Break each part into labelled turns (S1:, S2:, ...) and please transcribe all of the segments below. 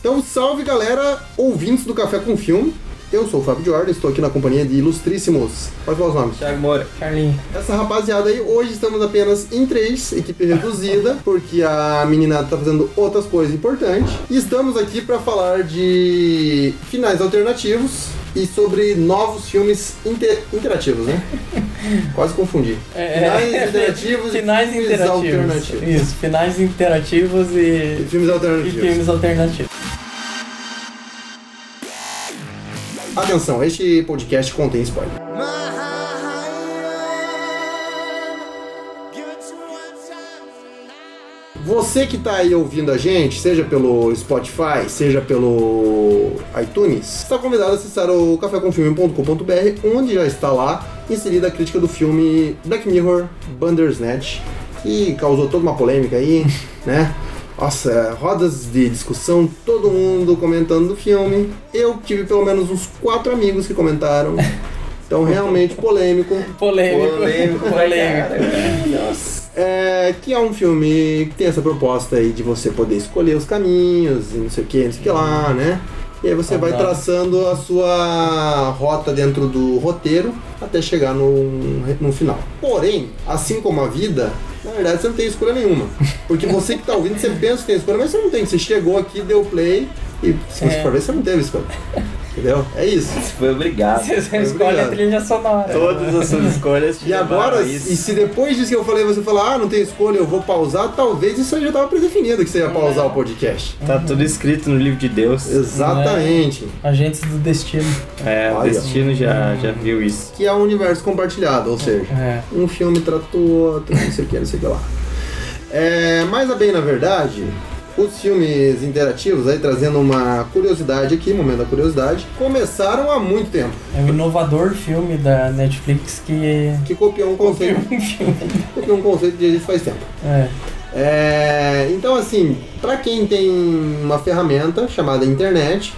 S1: Então, salve galera, ouvintes do Café com Filme. Eu sou o Fábio Jordan, estou aqui na companhia de ilustríssimos. Pode falar os nomes.
S2: Thiago Moura.
S3: Carlinho.
S1: Essa rapaziada aí, hoje estamos apenas em três, equipe reduzida, porque a meninada tá fazendo outras coisas importantes. E estamos aqui para falar de finais alternativos e sobre novos filmes inter- interativos, né? Quase confundi.
S3: É,
S1: Finais
S3: é,
S1: interativos e
S3: finais
S1: filmes
S3: interativos.
S1: alternativos.
S3: Isso, finais interativos
S1: E
S3: e,
S1: filmes
S3: e
S1: alternativos.
S3: filmes alternativos.
S1: Atenção, este podcast contém spoiler. Você que tá aí ouvindo a gente, seja pelo Spotify, seja pelo iTunes, está convidado a acessar o cafécomfilme.com.br, onde já está lá inserida a crítica do filme Black Mirror Bandersnatch, que causou toda uma polêmica aí, né? Nossa, rodas de discussão, todo mundo comentando do filme. Eu tive pelo menos uns quatro amigos que comentaram. Então, realmente polêmico.
S3: Polêmico.
S2: Polêmico,
S3: polêmico.
S1: né? É, que é um filme que tem essa proposta aí de você poder escolher os caminhos e não sei o que, não sei o que lá, né? E aí você vai
S3: Aham.
S1: traçando a sua rota dentro do roteiro até chegar num, num final. Porém, assim como a vida, na verdade você não tem escolha nenhuma. Porque você que tá ouvindo, você pensa que tem escolha, mas você não tem. Você chegou aqui, deu play e se você
S3: É.
S1: for ver, você não teve escolha. Entendeu? É isso.
S2: Você foi obrigado.
S3: Você só
S1: Obrigado.
S3: escolhe a trilha sonora.
S2: Todas as suas escolhas te
S1: E
S2: levaram
S1: agora,
S2: a
S1: e se depois disso que eu falei você falar, ah, não tem escolha, eu vou pausar, talvez isso aí já tava predefinido que você ia pausar o podcast.
S2: Tá tudo escrito no livro de Deus.
S1: Exatamente.
S3: Agentes do Destino.
S2: É, o
S1: Olha.
S2: destino já, já viu isso.
S1: Que é um universo compartilhado, ou seja,
S3: É.
S1: um filme trata o outro, não sei o que, não sei o que lá. É, mas a bem, na verdade, os filmes interativos, aí trazendo uma curiosidade aqui, momento da curiosidade, começaram há muito tempo,
S3: É um inovador filme da Netflix que.
S1: que copiou um conceito, copiou um conceito de gente faz tempo.
S3: É.
S1: É, então, assim, pra quem tem uma ferramenta chamada internet,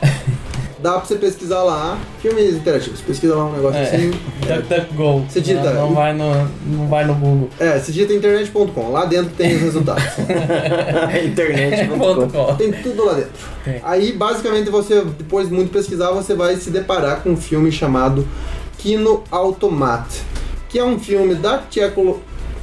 S1: dá pra você pesquisar lá filmes interativos. Pesquisa lá um negócio
S3: É.
S1: assim.
S3: DuckDuckGo.
S1: Você digita-
S3: Não, não, vai no, não vai no Google.
S1: É, se digita internet.com, lá dentro tem os resultados. É,
S2: Internet.
S1: tipo,
S3: Ponto com.
S1: tem tudo lá dentro.
S3: Tem.
S1: Aí, basicamente, você, depois de muito pesquisar, você vai se deparar com um filme chamado Kino Automat, que é um filme da Tchecolo...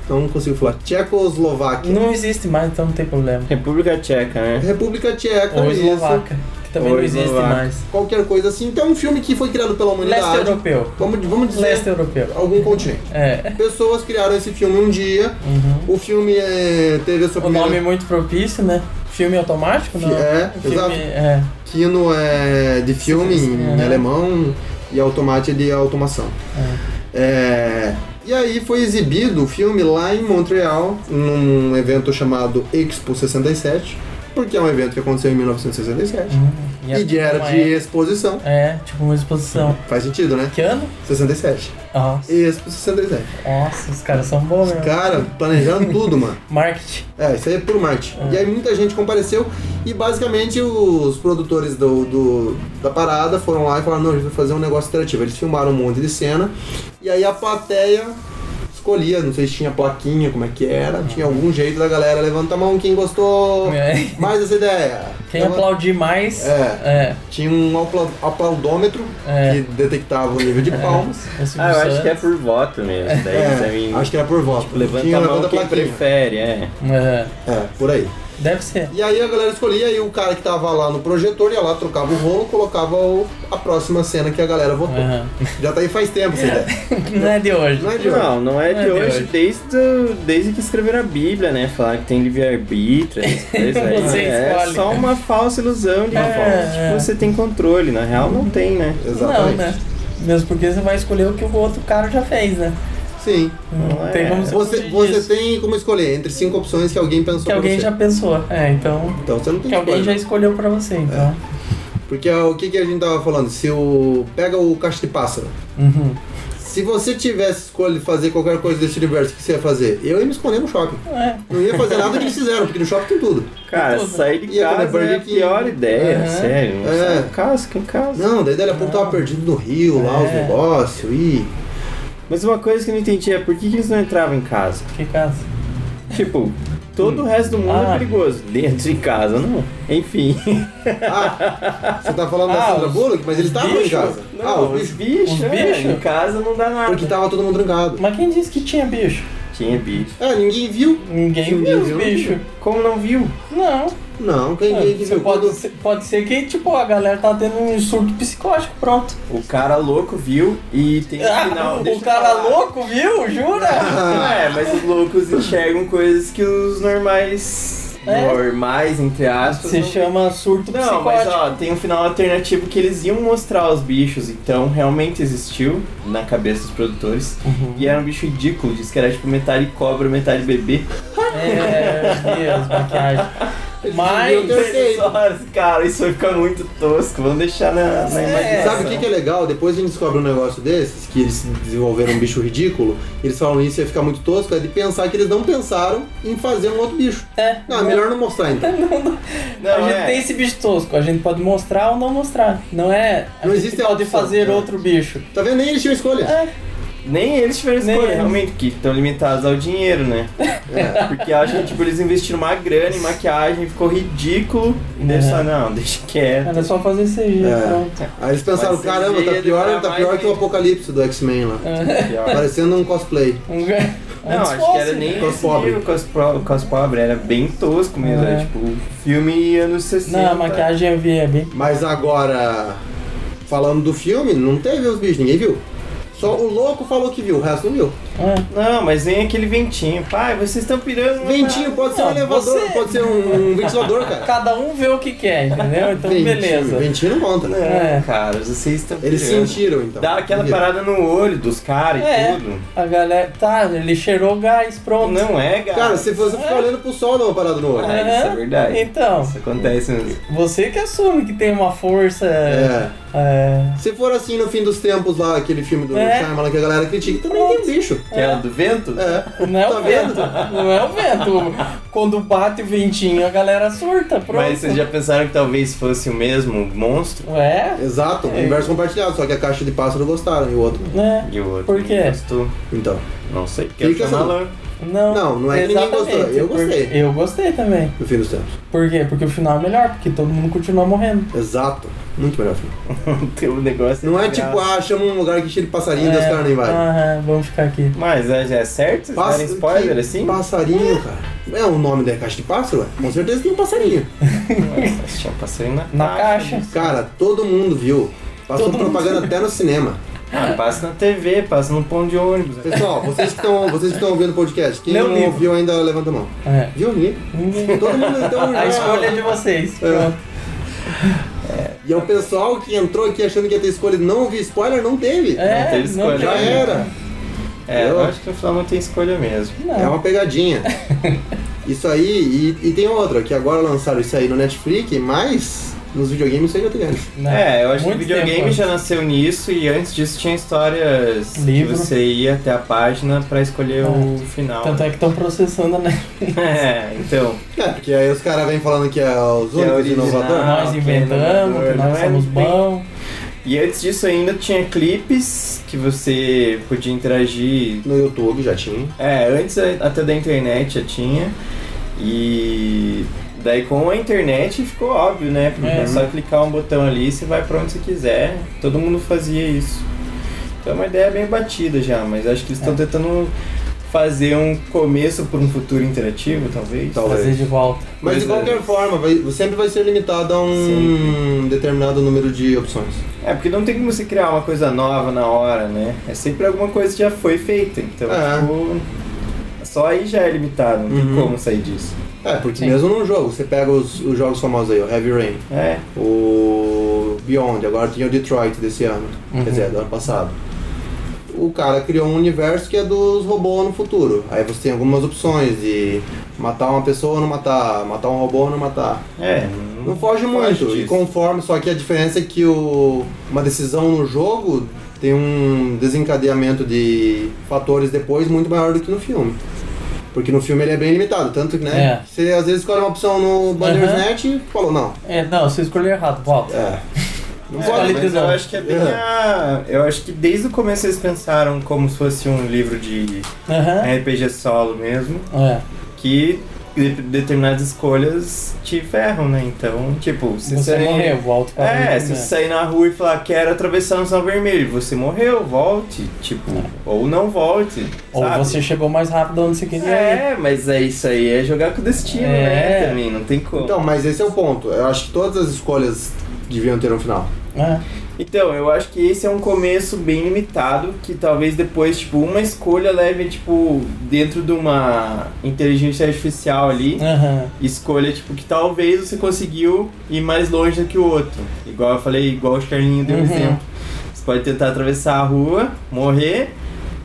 S1: Não consigo falar. Tchecoslováquia.
S3: Não existe mais, então não tem problema.
S2: República Tcheca, né?
S1: República Tcheca,
S3: Ou
S1: É, isso.
S3: Eslovaca, que também
S2: Ou
S3: não existe
S2: eslovaca.
S3: mais.
S1: Qualquer coisa assim. Então, é um filme que foi criado pela
S3: Leste
S1: humanidade.
S3: europeu.
S1: Vamos, vamos dizer
S3: Leste europeu.
S1: algum continente.
S3: É.
S1: Pessoas criaram esse filme um dia.
S3: Uhum.
S1: O filme é, teve a sua
S3: O
S1: primeira...
S3: nome é muito propício, né? Filme automático, não?
S1: É,
S3: filme,
S1: exato.
S3: É,
S1: Kino é de filme em
S3: É.
S1: alemão e automático de automação.
S3: é.
S1: É, E aí foi exibido o filme lá em Montreal, num evento chamado Expo 67, porque é um evento que aconteceu em 1967
S3: Uhum.
S1: e que era
S3: uma
S1: de
S3: é-
S1: exposição.
S3: É, tipo uma exposição.
S1: Faz sentido, né?
S3: Que ano?
S1: 67.
S3: Nossa,
S1: Expo 67.
S3: nossa, os caras são bons mesmo.
S1: Cara, planejando tudo, mano.
S3: Marketing.
S1: É, isso aí é puro marketing.
S3: É.
S1: E aí muita gente compareceu e basicamente os produtores do, do- da parada foram lá e falaram, não, a gente vai fazer um negócio interativo. Eles filmaram um monte de cena e aí a plateia escolhia, não sei se tinha plaquinha, como é que era,
S3: Uhum.
S1: tinha algum jeito da galera, levanta a mão quem gostou
S3: É.
S1: mais dessa ideia.
S3: Quem
S1: Levanta-
S3: aplaudir mais.
S1: É,
S3: É.
S1: tinha um apla- aplaudômetro
S3: É.
S1: que detectava o nível de palmas.
S3: o Silvio
S2: Ah, eu acho
S3: Santos.
S2: que é por voto mesmo. Daí
S1: É,
S2: você vem-
S1: acho que era por voto.
S2: Tipo, levanta
S1: tinha
S2: a mão quem
S1: plaquinha.
S2: prefere, é.
S3: É.
S1: É, por aí.
S3: Deve ser.
S1: E aí a galera escolhia e o cara que tava lá no projetor ia lá, trocava o rolo, colocava o- a próxima cena que a galera votou.
S3: Aham.
S1: Já tá aí faz tempo essa ideia.
S3: Uhum. Não é de hoje.
S1: Não é de hoje.
S2: Não, não é
S3: Não
S2: de hoje, desde, o- desde que escreveram a Bíblia, né? Falar que tem livre-arbítrio, essas coisas aí.
S3: Você
S2: né? é
S3: escolhe.
S2: só uma falsa ilusão de
S3: É,
S2: que
S3: é.
S2: tipo, você tem controle. Na real, não tem, né?
S3: Não,
S1: Exatamente.
S3: né? Mesmo porque você vai escolher o que o outro cara já fez, né?
S1: Sim.
S3: Não
S2: é.
S3: tem como
S1: Você,
S3: fugir
S1: você
S3: disso.
S1: tem como escolher entre cinco opções que alguém pensou
S3: Que
S1: pra
S3: alguém
S1: você.
S3: já pensou. É, então.
S1: Então você não tem É.
S3: Que alguém já
S1: escolha.
S3: escolheu pra você, então.
S1: Porque ó, o que, que a gente tava falando? Se o. Pega o caixa de pássaro.
S3: Uhum.
S1: Se você tivesse escolha de fazer qualquer coisa desse universo, o que você ia fazer? Eu ia me esconder no shopping.
S3: É.
S1: Não ia fazer nada que eles fizeram, porque no shopping tem tudo.
S2: Cara,
S3: Tudo.
S2: sair de
S1: E a
S2: casa
S1: Burger
S2: é a
S1: King.
S2: pior ideia,
S3: Aham.
S2: sério. Não
S1: É.
S2: sai de casa, fica em casa.
S1: Não, daí daí a pouco tava perdido no rio, lá os
S3: É.
S1: negócios, e.
S2: Mas uma coisa que eu não entendi é por que, que eles não entravam em casa?
S3: Que caso.
S2: Tipo,
S1: Hum.
S2: Todo o resto do mundo é
S3: Ah.
S2: perigoso. Dentro de casa, não. Enfim.
S1: Ah, você tá falando da
S3: Ah,
S1: Sandra
S3: os
S1: Bullock, mas eles estavam em
S3: bichos?
S1: casa.
S2: Não,
S1: ah, os
S2: os
S1: bichos.
S2: bichos,
S3: Os
S2: é,
S3: bichos?
S2: em casa não dá nada.
S1: Porque tava todo mundo trancado.
S3: Mas quem disse que tinha bicho?
S2: Tinha bicho.
S1: Ah, ninguém viu?
S3: Ninguém
S1: Ninguém
S3: viu os
S1: viu,
S3: bichos.
S2: Como não viu?
S3: Não.
S1: Não, quem,
S3: Ah,
S1: quem que
S3: você
S1: viu?
S3: pode,
S1: Quando-
S3: ser, pode ser que, tipo, a galera tá tendo um surto psicótico, pronto.
S2: O cara louco viu e tem
S3: Ah,
S2: um final. deixa
S3: o
S2: eu
S3: cara
S2: falar.
S3: louco, viu? Jura?
S1: Ah.
S2: É, mas os loucos enxergam coisas que os normais.
S3: É.
S2: Normais, entre aspas.
S3: Se
S2: não-
S3: chama surto
S2: Não, mas
S3: psicótico.
S2: ó, tem um final alternativo que eles iam mostrar os bichos, então realmente existiu na cabeça dos produtores. E era um bicho ridículo, disse que era tipo metade cobra, metade bebê.
S3: É, meu Deus, maquiagem.
S1: deviam ter
S3: Mas.
S1: Perfeito.
S2: Nossa, cara, isso vai ficar muito tosco, vamos deixar na, na
S3: É.
S2: imaginação.
S1: Sabe o que, que é legal? Depois a gente descobre um negócio desses, que eles desenvolveram um bicho ridículo, eles falam isso e ia ficar muito tosco, é de pensar que eles não pensaram em fazer um outro bicho.
S3: É.
S1: Não, é melhor não mostrar então.
S3: a
S2: Não,
S3: gente
S2: é.
S3: tem esse bicho tosco, a gente pode mostrar ou não mostrar. Não é. A
S1: Não
S3: gente
S1: existe a
S3: pode
S1: opção,
S3: fazer
S1: né?
S3: outro bicho.
S1: Tá vendo? Nem eles tinham escolha.
S2: Nem eles tiveram
S3: Nem
S2: escolha,
S3: eles.
S2: realmente, que estão limitados ao dinheiro, né?
S3: É.
S1: É.
S2: Porque eu acho que tipo, eles investiram uma grana em maquiagem, ficou ridículo. E daí
S3: É.
S2: só, não, deixa quieto.
S3: Era só fazer CG,
S1: É.
S3: pronto.
S1: Aí eles pensaram,
S2: Mas
S1: caramba, tá
S2: ele
S1: pior,
S2: era
S1: tá
S2: mais
S1: pior que o
S2: bem-
S1: apocalipse do X-Men lá.
S2: Pior.
S1: Parecendo um cosplay.
S3: Um ga-
S2: Não,
S3: Antes
S2: acho que era
S3: fosse. né?
S2: nem
S1: Cos pobre.
S2: pobre. Cos, pro- cos pobre, era bem tosco mesmo.
S3: É.
S2: Era tipo filme anos 60.
S3: Não, a maquiagem eu vi, é bem.
S1: Mas agora, falando do filme, não teve os bichos, ninguém viu. Só o louco falou que viu, o resto não viu.
S3: Ah,
S2: Não, mas vem aquele ventinho. Pai, vocês estão pirando. não é
S1: Ventinho pode ser um
S3: Não,
S1: elevador,
S3: você-
S1: pode ser um, um ventilador, cara.
S3: Cada um vê o que quer, entendeu? Então,
S1: ventinho,
S3: beleza.
S1: ventinho não conta,
S2: nada.
S1: né?
S2: Não,
S3: É.
S2: cara, vocês estão pirando.
S1: Eles sentiram, então.
S2: Dá aquela
S1: Viram.
S2: parada no olho dos caras
S3: É.
S2: e tudo.
S3: A galera. Tá, ele cheirou gás, pronto.
S2: Não é, cara.
S1: Cara, se você ficar olhando pro sol, dá uma parada no olho.
S2: É, isso é verdade.
S3: Então,
S2: Isso acontece mesmo.
S3: você que assume que tem uma força.
S1: É.
S3: é,
S1: Se for assim no fim dos tempos lá, aquele filme do
S3: É.
S1: Shyamalan que a galera critica, também tem bicho.
S2: Que é o do vento?
S1: É.
S3: Não é
S1: Tá
S3: o
S1: vendo?
S3: vento. Não é o vento. Quando bate o ventinho, a galera surta, pronto.
S2: Mas vocês já pensaram que talvez fosse o mesmo monstro?
S3: É?
S1: Exato, um
S3: É.
S1: universo compartilhado, só que a caixa de pássaro gostaram e o outro. não.
S3: Né?
S2: E o outro
S3: Por quê?
S2: não gostou?
S1: Então.
S2: Não sei. Porque
S1: Fica
S2: é o
S1: essa
S2: Shyamalan.
S3: Não.
S1: Não, não é que ninguém gostou,
S3: exatamente,
S1: eu gostei.
S3: porque- Eu gostei também.
S1: No fim dos tempos.
S3: Por quê? Porque o final é melhor, porque todo mundo continua morrendo.
S1: Exato. Muito melhor filme.
S2: O teu negócio
S1: Não é
S2: legal.
S1: tipo, ah, chama um lugar que cheio de passarinho e os
S3: É,
S1: caras nem vai.
S3: aham, vamos ficar aqui.
S2: Mas é, já é certo? Vocês
S1: Passa-
S2: darem spoiler
S1: que
S2: assim?
S1: Passarinho, cara. É o nome da caixa de pássaro? ué? Com certeza tem um passarinho.
S2: Mas Tinha passarinho na,
S3: Na caixa.
S1: Cara, todo mundo viu. Passou
S3: Todo mundo
S1: propaganda até no cinema.
S2: Ah, passa na TV, passa no ponto de ônibus.
S1: Pessoal, vocês que estão vocês que estão ouvindo o podcast, quem
S3: Lê o
S1: não
S3: livro.
S1: ouviu ainda, levanta a mão.
S3: É.
S1: Viu ninguém?
S3: Ninguém-
S1: Todo mundo então já...
S3: A escolha é de vocês. Pronto.
S1: E é o pessoal que entrou aqui achando que ia ter escolha e não ouvir spoiler, não teve.
S3: É,
S2: Não teve escolha.
S1: Já
S3: teve.
S1: era.
S2: É,
S1: Eu-
S2: eu acho que no final não tem escolha mesmo.
S3: Não.
S1: É uma pegadinha. Isso aí, e, e tem outra, que agora lançaram isso aí no Netflix, mas nos videogames isso aí já né? teve antes.
S3: Não.
S2: É, eu acho
S3: Muito
S2: que o videogame
S3: tempo
S2: já nasceu nisso e antes disso tinha histórias
S3: Livro.
S2: que você ia até a página pra escolher o final.
S3: Tanto é que estão processando, né?
S2: É, então.
S1: É, porque aí os caras vêm falando que é os
S2: Que é
S1: únicos
S2: original.
S1: inovadores.
S2: Ah,
S3: nós
S2: ok,
S3: inventamos, que
S2: inovador,
S3: nós
S2: não é
S3: somos
S2: bem-
S3: bons.
S2: E antes disso ainda tinha clipes que você podia interagir.
S1: No YouTube já tinha.
S2: É, antes a- até da internet já tinha. E daí com a internet ficou óbvio, né? Porque
S3: É.
S2: é só clicar um botão ali, você vai pra onde você quiser. Todo mundo fazia isso. Então é uma ideia bem batida já, mas acho que eles
S1: É.
S2: estão tentando fazer um começo para um futuro interativo, talvez.
S1: Talvez.
S3: Fazer de volta.
S1: Mas
S2: Pois
S1: de
S2: é.
S1: qualquer forma, vai- sempre vai ser limitado a um determinado número de opções.
S2: É, porque não tem como você criar uma coisa nova na hora, né? É sempre alguma coisa que já foi feita. Então,
S1: É.
S2: tipo, só aí já é limitado, não
S1: Uhum.
S2: tem como sair disso.
S1: É, porque
S3: Sim.
S1: mesmo num jogo, você pega os, os jogos famosos aí, o Heavy Rain,
S2: É,
S1: o Beyond, agora tinha o Detroit desse ano,
S3: Uhum.
S1: quer dizer, do ano passado. O cara criou um universo que é dos robôs no futuro. Aí você tem algumas opções de matar uma pessoa ou não matar, matar um robô ou não matar.
S2: é.
S1: Não foge
S2: foge
S1: muito, e
S2: disso.
S1: conforme, só que a diferença é que o, uma decisão no jogo tem um desencadeamento de fatores depois muito maior do que no filme. Porque no filme ele é bem limitado, tanto que, né?
S3: É.
S1: Você às vezes escolhe uma opção no Bandersnet e falou, não.
S3: É, não, se eu escolher errado, volta.
S1: É. Não
S2: É,
S1: pode. né?
S3: Qualidade
S2: mas eu
S3: não.
S2: acho que é bem a... Eu acho que desde o começo eles pensaram como se fosse um livro de
S3: Aham.
S2: RPG solo mesmo,
S3: É.
S2: que de- determinadas escolhas te ferram, né? Então, tipo, se
S3: Você
S2: sair-
S3: morreu, volta pra
S2: É,
S3: vida,
S2: se
S3: né?
S2: você sair na rua e falar quero atravessar um sinal vermelho, você morreu, volte, tipo, ou não volte.
S3: É. Ou
S2: sabe?
S3: você chegou mais rápido onde você queria ir.
S2: É, mas é isso aí, é jogar com o destino,
S3: É.
S2: né? Também, não tem como.
S1: Então, mas esse é o ponto. Eu acho que todas as escolhas deviam ter um final.
S3: É.
S2: Então, eu acho que esse é um começo bem limitado, que talvez depois, tipo, uma escolha leve, tipo, dentro de uma inteligência artificial ali,
S3: Aham.
S2: escolha, tipo, que talvez você conseguiu ir mais longe do que o outro. Igual eu falei, igual o Charlinho deu um
S3: Uhum.
S2: exemplo. Você pode tentar atravessar a rua, morrer,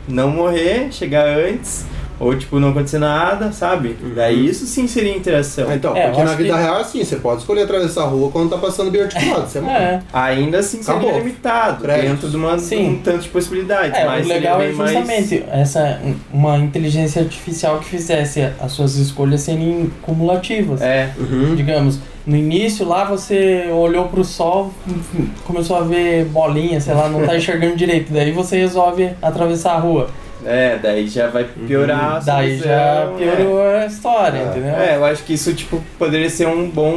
S2: não morrer, chegar antes, ou, tipo, não acontecer nada, sabe? Daí isso sim seria interação.
S1: Então,
S3: É, eu
S1: porque na
S3: acho
S1: vida
S3: que-
S1: real é assim, você pode escolher atravessar a rua quando tá passando bem articulado, você morre.
S3: É.
S2: Ainda assim seria
S1: Acabou.
S2: limitado,
S1: Crédito.
S2: dentro de, uma, de
S3: Sim.
S2: um tanto de possibilidades.
S3: É,
S2: mas
S3: o legal
S2: seria
S3: é
S2: bem mais-
S3: justamente essa uma inteligência artificial que fizesse as suas escolhas serem cumulativas.
S2: É,
S1: Uhum.
S3: Digamos, no início lá você olhou pro sol, enfim, começou a ver bolinha, sei lá, não tá enxergando direito. Daí você resolve atravessar a rua.
S2: é, daí já vai piorar a
S3: Uhum. Daí
S2: solução,
S3: já
S2: é.
S3: piorou né? a história,
S1: É.
S3: entendeu?
S2: É, eu acho que isso, tipo, poderia ser um bom,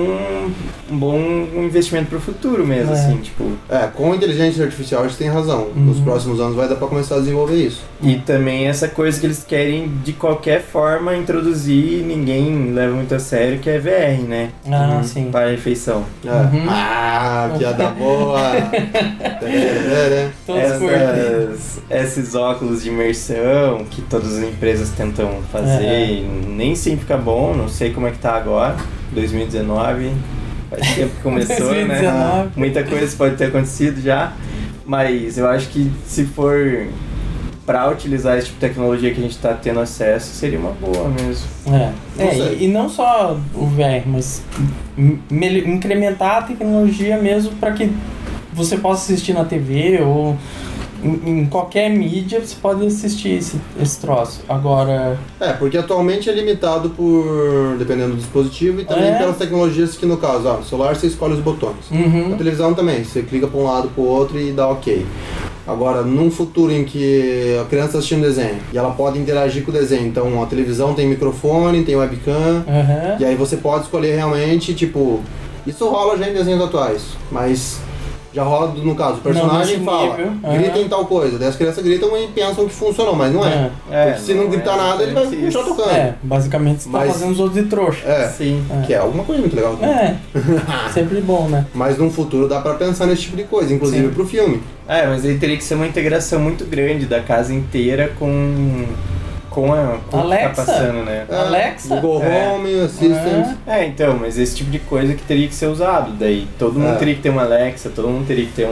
S2: um bom investimento pro futuro mesmo,
S3: É.
S2: assim, tipo.
S1: É, com inteligência artificial a gente tem razão.
S3: Uhum.
S1: Nos próximos anos vai dar pra começar a desenvolver isso.
S2: E também essa coisa que eles querem, de qualquer forma, introduzir e ninguém leva muito a sério, que é VR, né?
S3: Ah,
S1: Uhum.
S3: sim.
S2: Para a refeição.
S1: É.
S3: Uhum.
S1: Ah, piada boa! Tereré.
S3: Todos
S1: é-
S3: curtem.
S2: Essas- esses óculos de imersão que todas as empresas tentam fazer, e nem sempre fica bom, não sei como é que tá agora, 2019, faz tempo que começou, né?
S3: 2019.
S2: Muita coisa pode ter acontecido já, mas eu acho que se for pra utilizar esse tipo de tecnologia que a gente tá tendo acesso, seria uma boa mesmo.
S3: É,
S1: Não
S3: É,
S1: sei.
S3: e, e não só o VR, mas m- mel- incrementar a tecnologia mesmo para que você possa assistir na TV ou em, em qualquer mídia você pode assistir esse, esse troço. Agora,
S1: É, porque atualmente é limitado por. dependendo do dispositivo e também
S3: É.
S1: pelas tecnologias que, no caso, ó, no celular você escolhe os botões. Na
S3: uhum,
S1: televisão também, você clica pra um lado, pro outro e dá ok. Agora, num futuro em que a criança está assistindo desenho e ela pode interagir com o desenho, então a televisão tem microfone, tem webcam,
S3: aham,
S1: e aí você pode escolher realmente, tipo, isso rola já em desenhos atuais, mas já rola no caso, o personagem
S3: nesse
S1: fala,
S3: nível,
S1: grita
S3: aham.
S1: gritem tal coisa, daí as crianças gritam e pensam que funcionou, mas não
S3: Ah.
S1: é.
S2: É,
S1: Porque se não, gritar
S2: é
S1: nada, ele vai
S2: exatamente
S1: continuar
S2: isso.
S1: tocando.
S3: é, basicamente você
S1: Mas-
S3: tá fazendo os outros de trouxa.
S1: É,
S2: Sim.
S1: que é alguma coisa muito legal.
S3: É, sempre bom, né?
S1: Mas num futuro dá pra pensar nesse tipo de coisa, inclusive
S3: Sim.
S1: pro filme.
S2: É, mas aí teria que ser uma integração muito grande da casa inteira com. com a. com o que
S3: Alexa?
S2: tá passando, né?
S1: É,
S3: Alexa?
S1: Google
S2: É.
S1: Home, Assistant.
S2: É, então, mas esse tipo de coisa que teria que ser usado. Daí todo mundo
S1: É.
S2: teria que ter uma Alexa, todo mundo teria que ter um.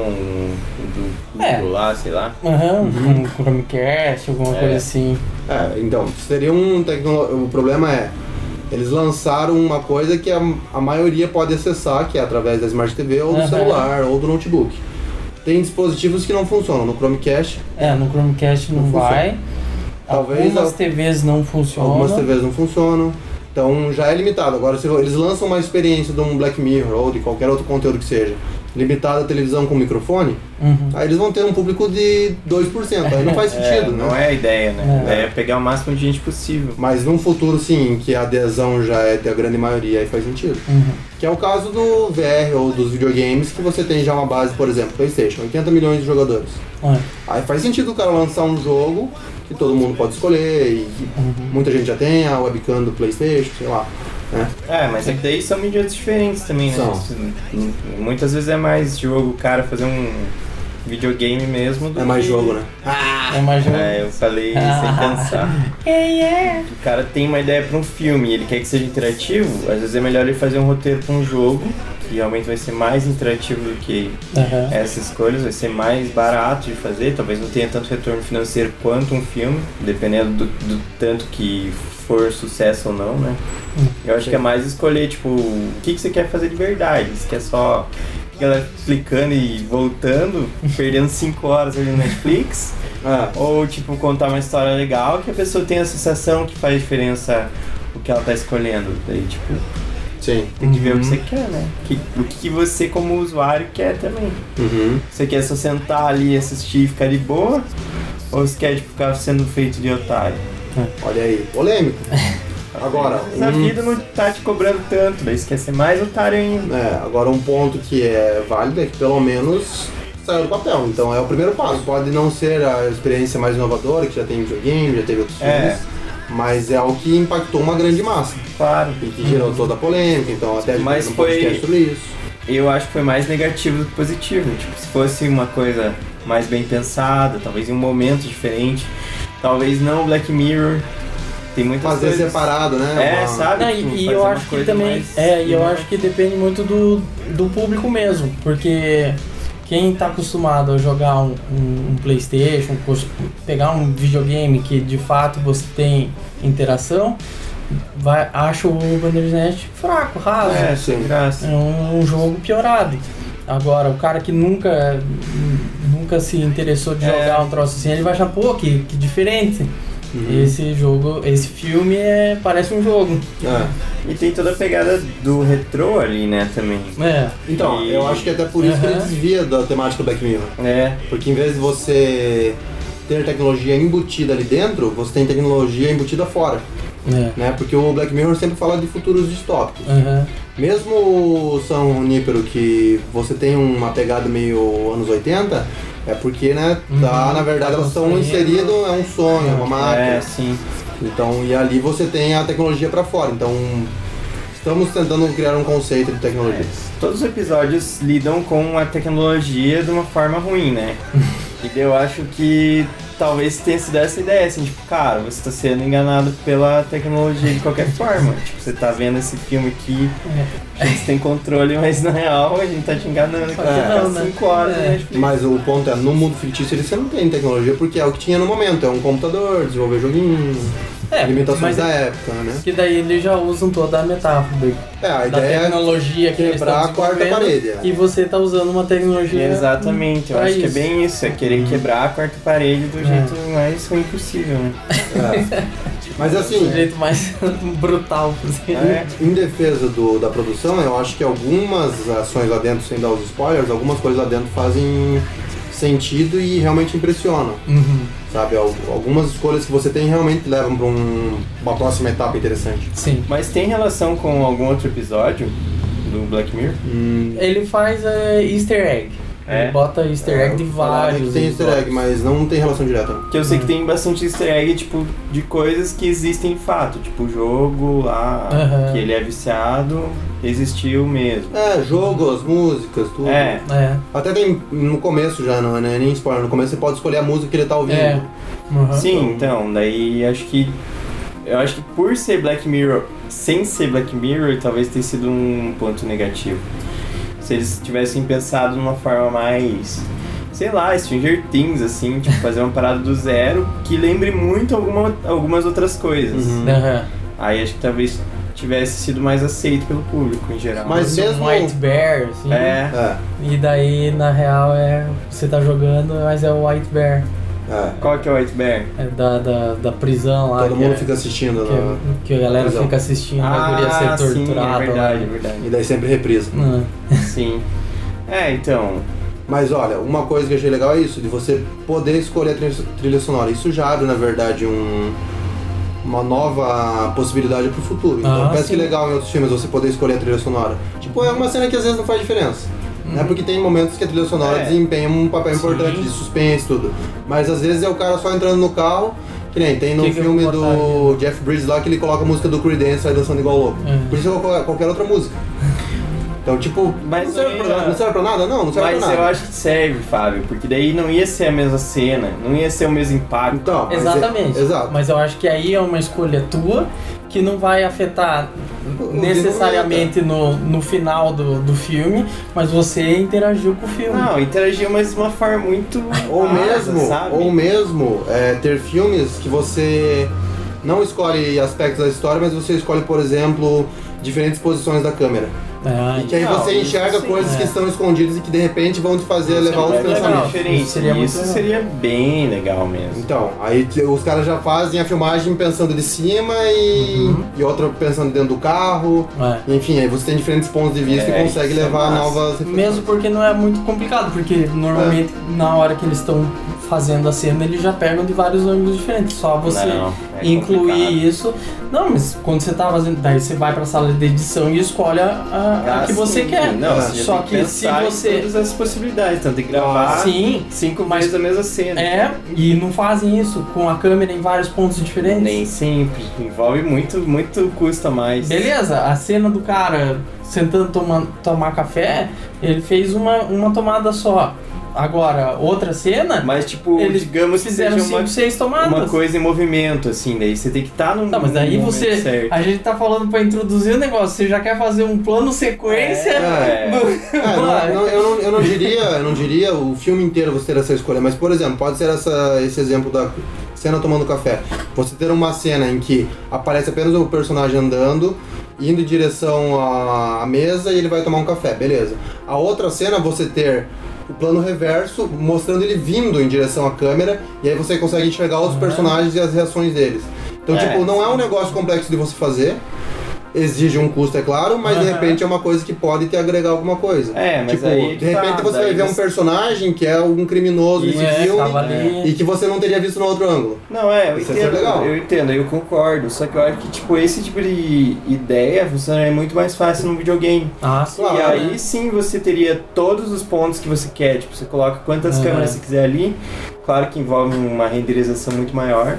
S2: um do Google
S3: É.
S2: lá, sei lá.
S3: Aham,
S1: Uhum.
S3: um Chromecast, alguma
S2: É.
S3: coisa assim.
S1: É, então, seria um tecno... O problema é, eles lançaram uma coisa que a, a maioria pode acessar, que é através da Smart TV ou do
S3: Aham.
S1: celular ou do notebook. Tem dispositivos que não funcionam. No Chromecast,
S3: É, no Chromecast não,
S1: Não funciona.
S3: vai.
S1: Talvez
S3: algumas
S1: al-
S3: TVs não funcionam.
S1: algumas TVs não funcionam. Então já é limitado. Agora, se eles lançam uma experiência de um Black Mirror ou de qualquer outro conteúdo que seja, limitada à televisão com microfone,
S3: Uhum.
S1: aí eles vão ter um público de 2%. Aí não faz
S2: É,
S1: sentido, né?
S2: Não é a ideia, né?
S3: É.
S2: A ideia é pegar o máximo de gente possível.
S1: Mas num futuro, sim, em que a adesão já é da grande maioria, aí faz sentido.
S3: Uhum.
S1: Que é o caso do VR ou dos videogames, que você tem já uma base, por exemplo, PlayStation, 80 milhões de jogadores.
S3: É.
S1: Aí faz sentido o cara lançar um jogo que todo mundo pode escolher e que
S3: uhum.
S1: muita gente já tem, a webcam do PlayStation, sei lá. né?
S2: É, mas é que daí são mídias diferentes também, né?
S1: São.
S2: Muitas vezes é mais jogo o cara fazer um videogame mesmo do
S1: É mais
S2: que-
S1: jogo, né?
S3: Eu imagino.
S2: É, eu falei sem pensar. O cara tem uma ideia pra um filme e ele quer que seja interativo, às vezes é melhor ele fazer um roteiro pra um jogo, que realmente vai ser mais interativo do que
S3: Aham.
S2: essas escolhas, vai ser mais barato de fazer, talvez não tenha tanto retorno financeiro quanto um filme, dependendo do, do tanto que for sucesso ou não, né? Eu acho que é mais escolher, tipo, o que, que você quer fazer de verdade, se quer só a galera clicando e voltando, perdendo 5 horas ali no Netflix.
S1: Ah,
S2: Ou, tipo, contar uma história legal que a pessoa tenha a sensação que faz diferença o que ela tá escolhendo. Daí, tipo,
S1: sim.
S2: tem que ver o que
S3: Uhum.
S2: você quer, né? Que- o que você, como usuário, quer também.
S1: Uhum.
S2: Você quer só sentar ali, assistir e ficar de boa? Ou você quer, tipo, ficar sendo feito de otário?
S1: Olha aí, polêmico. Agora,
S2: Às vezes a
S1: um-
S2: vida não tá te cobrando tanto, daí esquece mais otário ainda.
S1: É, agora um ponto que é válido é que pelo menos saiu do papel. Então é o primeiro passo. Pode não ser a experiência mais inovadora, que já tem videogame, já teve outros
S2: É.
S1: filmes, mas é o que impactou uma grande massa.
S2: Claro.
S1: E que gerou toda a polêmica, então até a gente
S2: Mas
S1: fez um
S2: foi-
S1: podcast sobre isso.
S2: Eu acho que foi mais negativo do que positivo. Tipo, se fosse uma coisa mais bem pensada, talvez em um momento diferente, talvez não Black Mirror. Tem muitas
S1: Fazer
S2: coisas.
S1: separado, né?
S2: É,
S1: Uma-
S2: sabe?
S3: Não,
S2: Tipo,
S3: e, e
S2: fazer
S3: eu
S2: uma
S3: acho que
S2: coisa
S3: também.
S2: mais-
S3: É, e eu acho que depende muito do, do público mesmo, porque quem tá acostumado a jogar um, um- um Playstation, cos- pegar um videogame que de fato você tem interação, vai, acha o Bandersnet fraco, raso.
S2: É,
S1: Ah, sim.
S2: sem graça.
S3: É um, um jogo piorado. Agora, o cara que nunca nunca se interessou de
S2: É.
S3: jogar um troço assim, ele vai achar, pô, que, que diferente.
S2: Uhum.
S1: Uhum.
S3: Esse jogo, esse filme é, parece um jogo.
S1: É.
S2: E tem toda a pegada do retrô ali, né, também.
S3: É.
S1: Então,
S2: E-
S1: eu acho que até por isso que ele
S3: Aham.
S1: desvia da temática Black Mirror.
S2: É,
S1: Porque em vez de você ter tecnologia embutida ali dentro, você tem tecnologia embutida fora,
S3: É.
S1: né? Porque o Black Mirror sempre fala de futuros distópicos.
S3: Aham.
S1: Mesmo o São Nípero, que você tem uma pegada meio anos 80, é porque, né, tá,
S3: Uhum.
S1: na verdade elas estão inseridas, é um sonho, é uma
S2: é,
S1: máquina.
S2: sim.
S1: Então, e ali você tem a tecnologia pra fora. Então, estamos tentando criar um conceito de tecnologia.
S2: Todos os episódios lidam com a tecnologia de uma forma ruim, né? e daí eu acho que talvez tenha sido essa ideia, assim, tipo, cara, você tá sendo enganado pela tecnologia de qualquer forma. tipo, você tá vendo esse filme aqui, a gente tem controle, mas na real a gente tá te enganando.
S3: É. Só
S2: Cara,
S3: que
S2: fica
S3: não, né?
S2: cinco horas
S3: É.
S2: na Netflix.
S1: Mas o ponto é, no mundo fictício ele você não tem tecnologia, porque é o que tinha no momento, é um computador, desenvolver joguinho,
S3: É,
S1: limitações
S3: mas
S1: da época, né?
S3: que daí eles já usam toda a metáfora
S1: É, a
S3: da
S1: ideia é
S3: tecnologia que eles
S1: quebrar
S3: estão
S1: a quarta
S3: desenvolvendo
S1: parede, é.
S3: E você tá usando uma tecnologia.
S2: É, Exatamente, eu
S3: pra
S2: acho que é
S3: isso. Uhum.
S2: bem isso, é querer quebrar a quarta parede do
S3: É.
S2: jeito mais ruim possível, né?
S1: É. Mas assim,
S3: Do um jeito mais brutal possível.
S2: É.
S1: em defesa do- da produção, eu acho que algumas ações lá dentro, sem dar os spoilers, algumas coisas lá dentro fazem sentido e realmente impressionam,
S3: Uhum.
S1: sabe? Al- Algumas escolhas que você tem realmente levam pra um- uma próxima etapa interessante.
S3: Sim.
S2: Mas tem relação com algum outro episódio do Black Mirror?
S1: Hum,
S3: Ele faz é, easter egg.
S2: É?
S3: Ele bota easter
S1: É,
S3: egg de
S1: falaram que
S3: vários.
S1: Tem easter egg,
S3: episódios.
S1: mas não tem relação direta.
S2: Que eu sei
S3: Uhum.
S2: que tem bastante easter egg, tipo, de coisas que existem em fato. Tipo, o jogo lá,
S3: Aham.
S2: que ele é viciado, existiu mesmo.
S1: É, jogos, músicas, tudo.
S2: É,
S3: É.
S1: Até tem no começo já, não é nem spoiler, no começo você pode escolher a música que ele tá ouvindo.
S3: É. Uhum.
S2: sim, então, daí acho que... Eu acho que por ser Black Mirror, sem ser Black Mirror, talvez tenha sido um ponto negativo. Se eles tivessem pensado numa forma mais... Sei lá, Stranger Things, assim, tipo, fazer uma parada do zero que lembre muito alguma, algumas outras coisas.
S1: Uhum.
S3: Aham.
S2: Aí acho que talvez tivesse sido mais aceito pelo público em geral.
S1: Mas
S3: Um
S1: mesmo-
S3: White Bear, assim.
S2: é,
S1: É,
S3: E daí, na real, é. Você tá jogando, mas é o White Bear.
S1: é.
S2: qual que é o White Bear?
S3: É da, da, da prisão lá.
S1: Todo
S3: que
S1: mundo
S3: é-
S1: fica assistindo. né?
S3: Que, que a galera
S1: Prisão.
S3: fica assistindo a guria
S1: Ah,
S3: ser
S2: Ah,
S3: né?
S2: sim, é
S3: torturada. lá. Ah.
S2: verdade, é verdade.
S1: E daí sempre reprisa.
S3: Não.
S2: sim. É, então,
S1: Mas olha, uma coisa que eu achei legal é isso, de você poder escolher a trilha- trilha sonora. Isso já abre, na verdade, um- uma nova possibilidade pro futuro. Então
S3: Ah,
S1: parece que
S3: sim.
S1: legal em outros filmes você poder escolher a trilha sonora. Tipo, é uma cena que às vezes não faz diferença.
S3: Uhum.
S1: Né? Porque tem momentos que a trilha sonora
S2: É.
S1: desempenha um papel importante de suspense e tudo. Mas às vezes é o cara só entrando no carro, que nem tem no
S3: Que que eu
S1: filme
S3: vou botar
S1: do Jeff Bridges lá que ele coloca a música do Creedence e sai dançando igual louco.
S3: É.
S1: Por isso eu coloco qualquer outra música. Então, tipo,
S2: Mas
S1: não, serve
S2: aí,
S1: pra, nada-
S2: ó,
S1: não serve pra nada? Não, não serve
S2: mas
S1: pra nada.
S2: eu acho que serve, Fábio, porque daí não ia ser a mesma cena, não ia ser o mesmo impacto.
S1: Então, mas é-
S3: Exatamente.
S1: exato.
S3: Mas eu acho que aí é uma escolha tua que não vai afetar
S1: O- o
S3: necessariamente
S1: é.
S3: no, no final do, do filme, mas você interagiu com o filme.
S1: Ah.
S2: Não, interagiu, mas de uma forma muito.
S1: Ou
S2: rasa,
S1: mesmo,
S2: sabe?
S1: ou mesmo é, ter filmes que você não escolhe aspectos da história, mas você escolhe, por exemplo, diferentes posições da câmera.
S3: Ah,
S1: E que aí
S2: Não,
S1: você
S2: isso
S1: enxerga
S2: sim,
S1: coisas
S3: é.
S1: que estão escondidas e que de repente vão te fazer levar os
S2: Mas É legal,
S1: pensamentos.
S2: diferente.
S3: Seria muito
S2: Isso
S3: legal.
S2: seria bem legal mesmo.
S1: Então, aí que os caras já fazem a filmagem pensando de cima e,
S2: Uhum.
S1: e outra pensando dentro do carro.
S3: É.
S1: Enfim, aí você tem diferentes pontos de vista
S2: É,
S1: e consegue
S2: isso é
S1: levar
S2: massa.
S1: novas
S3: Mesmo porque não é muito complicado, porque normalmente
S1: É.
S3: na hora que eles estão fazendo a cena, eles já pegam de vários ângulos diferentes. Só você
S2: Não, é
S3: incluir
S2: complicado.
S3: isso. Não, mas quando você tá fazendo. Daí você vai pra sala de edição e escolhe a, a- a
S2: Ah,
S3: que você
S2: sim.
S3: quer.
S2: Não, assim, você já
S3: Só
S2: tem
S3: que, se
S2: pensar em
S3: você.
S2: todas as possibilidades, então tem que gravar
S3: Sim,
S2: cinco mais da mesma cena.
S3: é, e não fazem isso com a câmera em vários pontos diferentes.
S2: Nem sempre. Envolve muito, muito custo a mais.
S3: Beleza, a cena do cara sentando toma, tomar café, ele fez uma, uma tomada só. Agora, outra cena,
S2: Mas, tipo,
S3: Eles
S2: digamos que seja
S3: fizeram
S2: uma,
S3: 5, 6 tomadas.
S2: uma coisa em movimento, assim, daí você tem que estar num.
S3: Tá, mas daí
S2: num
S3: você-
S2: momento certo.
S3: A gente tá falando pra introduzir o negócio, você já quer fazer um plano sequência
S2: É,
S3: do-
S1: Ah, não- não- eu, não, eu não diria, eu não diria o filme inteiro você ter essa escolha, mas por exemplo, pode ser essa- esse exemplo da cena tomando café. Você ter uma cena em que aparece apenas o personagem andando, indo em direção à à mesa e ele vai tomar um café, beleza. A outra cena você ter o plano reverso mostrando ele vindo em direção à câmera e aí você consegue enxergar outros personagens e as reações deles. Então,
S2: É.
S1: tipo, não é um negócio complexo de você fazer. Exige um custo, é claro, mas de
S3: Aham.
S1: repente é uma coisa que pode te agregar alguma coisa.
S2: É, mas
S1: Tipo,
S2: aí.
S1: de repente
S2: tá,
S1: você
S2: daí
S1: vai ver um personagem que é um criminoso nesse
S3: É, tava
S1: filme
S3: ali.
S1: e que você não teria visto no outro ângulo.
S2: Não, é, eu
S1: Isso é
S2: entendo,
S1: legal.
S2: eu entendo, eu concordo. Só que eu acho que, tipo, esse tipo de ideia funciona é muito mais fácil num videogame.
S3: Ah, sim.
S1: Claro.
S2: e aí sim você teria todos os pontos que você quer. Tipo, você coloca quantas
S3: Aham.
S2: câmeras você quiser ali. Claro que envolve uma renderização muito maior.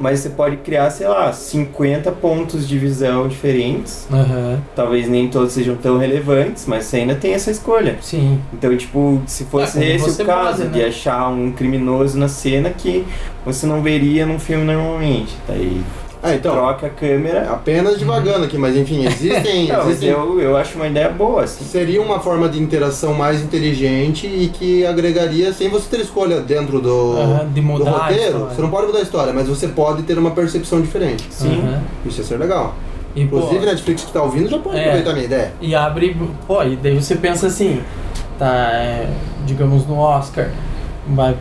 S2: Mas você pode criar, sei lá, 50 pontos de visão diferentes.
S3: Aham,
S2: Talvez nem todos sejam tão relevantes, mas você ainda tem essa escolha.
S3: sim.
S2: Então, tipo, se fosse
S3: É, como
S2: esse
S3: você
S2: o caso
S3: pode, né?
S2: de achar um criminoso na cena que você não veria num filme normalmente. Daí
S1: Ah, então,
S2: troca a câmera.
S1: apenas divagando aqui, mas enfim, existem.
S3: Então,
S2: Não, mas
S1: existem-
S2: eu, eu acho uma ideia boa, assim.
S1: Seria uma forma de interação mais inteligente e que agregaria sem você ter escolha dentro do,
S3: Aham, de
S1: do
S3: mudar a
S1: roteiro.
S3: história.
S1: Você não pode mudar a história, mas você pode ter uma percepção diferente.
S2: Sim.
S3: Aham.
S1: Isso ia ser legal.
S3: E, pô,
S1: Inclusive, Netflix que tá ouvindo já pode
S3: É.
S1: aproveitar a minha ideia.
S3: E abre. Pô, e daí você pensa assim, tá, é, digamos no Oscar, vai-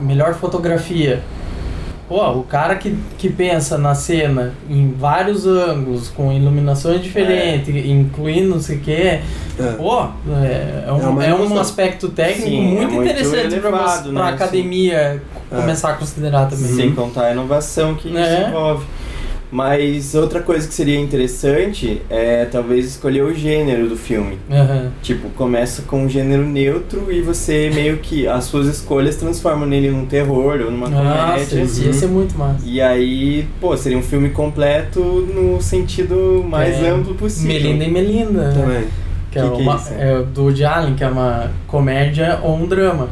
S3: melhor fotografia. Pô, o cara que, que pensa na cena em vários ângulos, com iluminações
S1: É.
S3: diferentes, incluindo não sei o que, pô, é, é
S1: É
S3: um,
S1: uma
S3: é um
S1: evolução.
S3: aspecto técnico
S2: Sim, é
S3: muito
S2: muito
S3: interessante pra
S2: elevado,
S3: você-
S2: né,
S3: pra
S2: assim.
S3: academia
S1: É.
S3: começar a considerar também.
S2: Sem contar a inovação que
S3: É.
S2: isso envolve. Mas outra coisa que seria interessante é talvez escolher o gênero do filme.
S3: Aham.
S2: Tipo, começa com um gênero neutro e você meio que as suas escolhas transformam nele num terror ou numa
S3: Nossa,
S2: comédia.
S3: isso ia ser muito massa.
S2: uhum. E aí, pô, seria um filme completo no sentido mais
S3: É,
S2: amplo possível.
S3: Melinda e Melinda. né?
S1: Também.
S3: Que, é,
S2: Que que é
S3: uma,
S2: isso?
S3: é do Woody Allen, que é uma comédia ou um drama.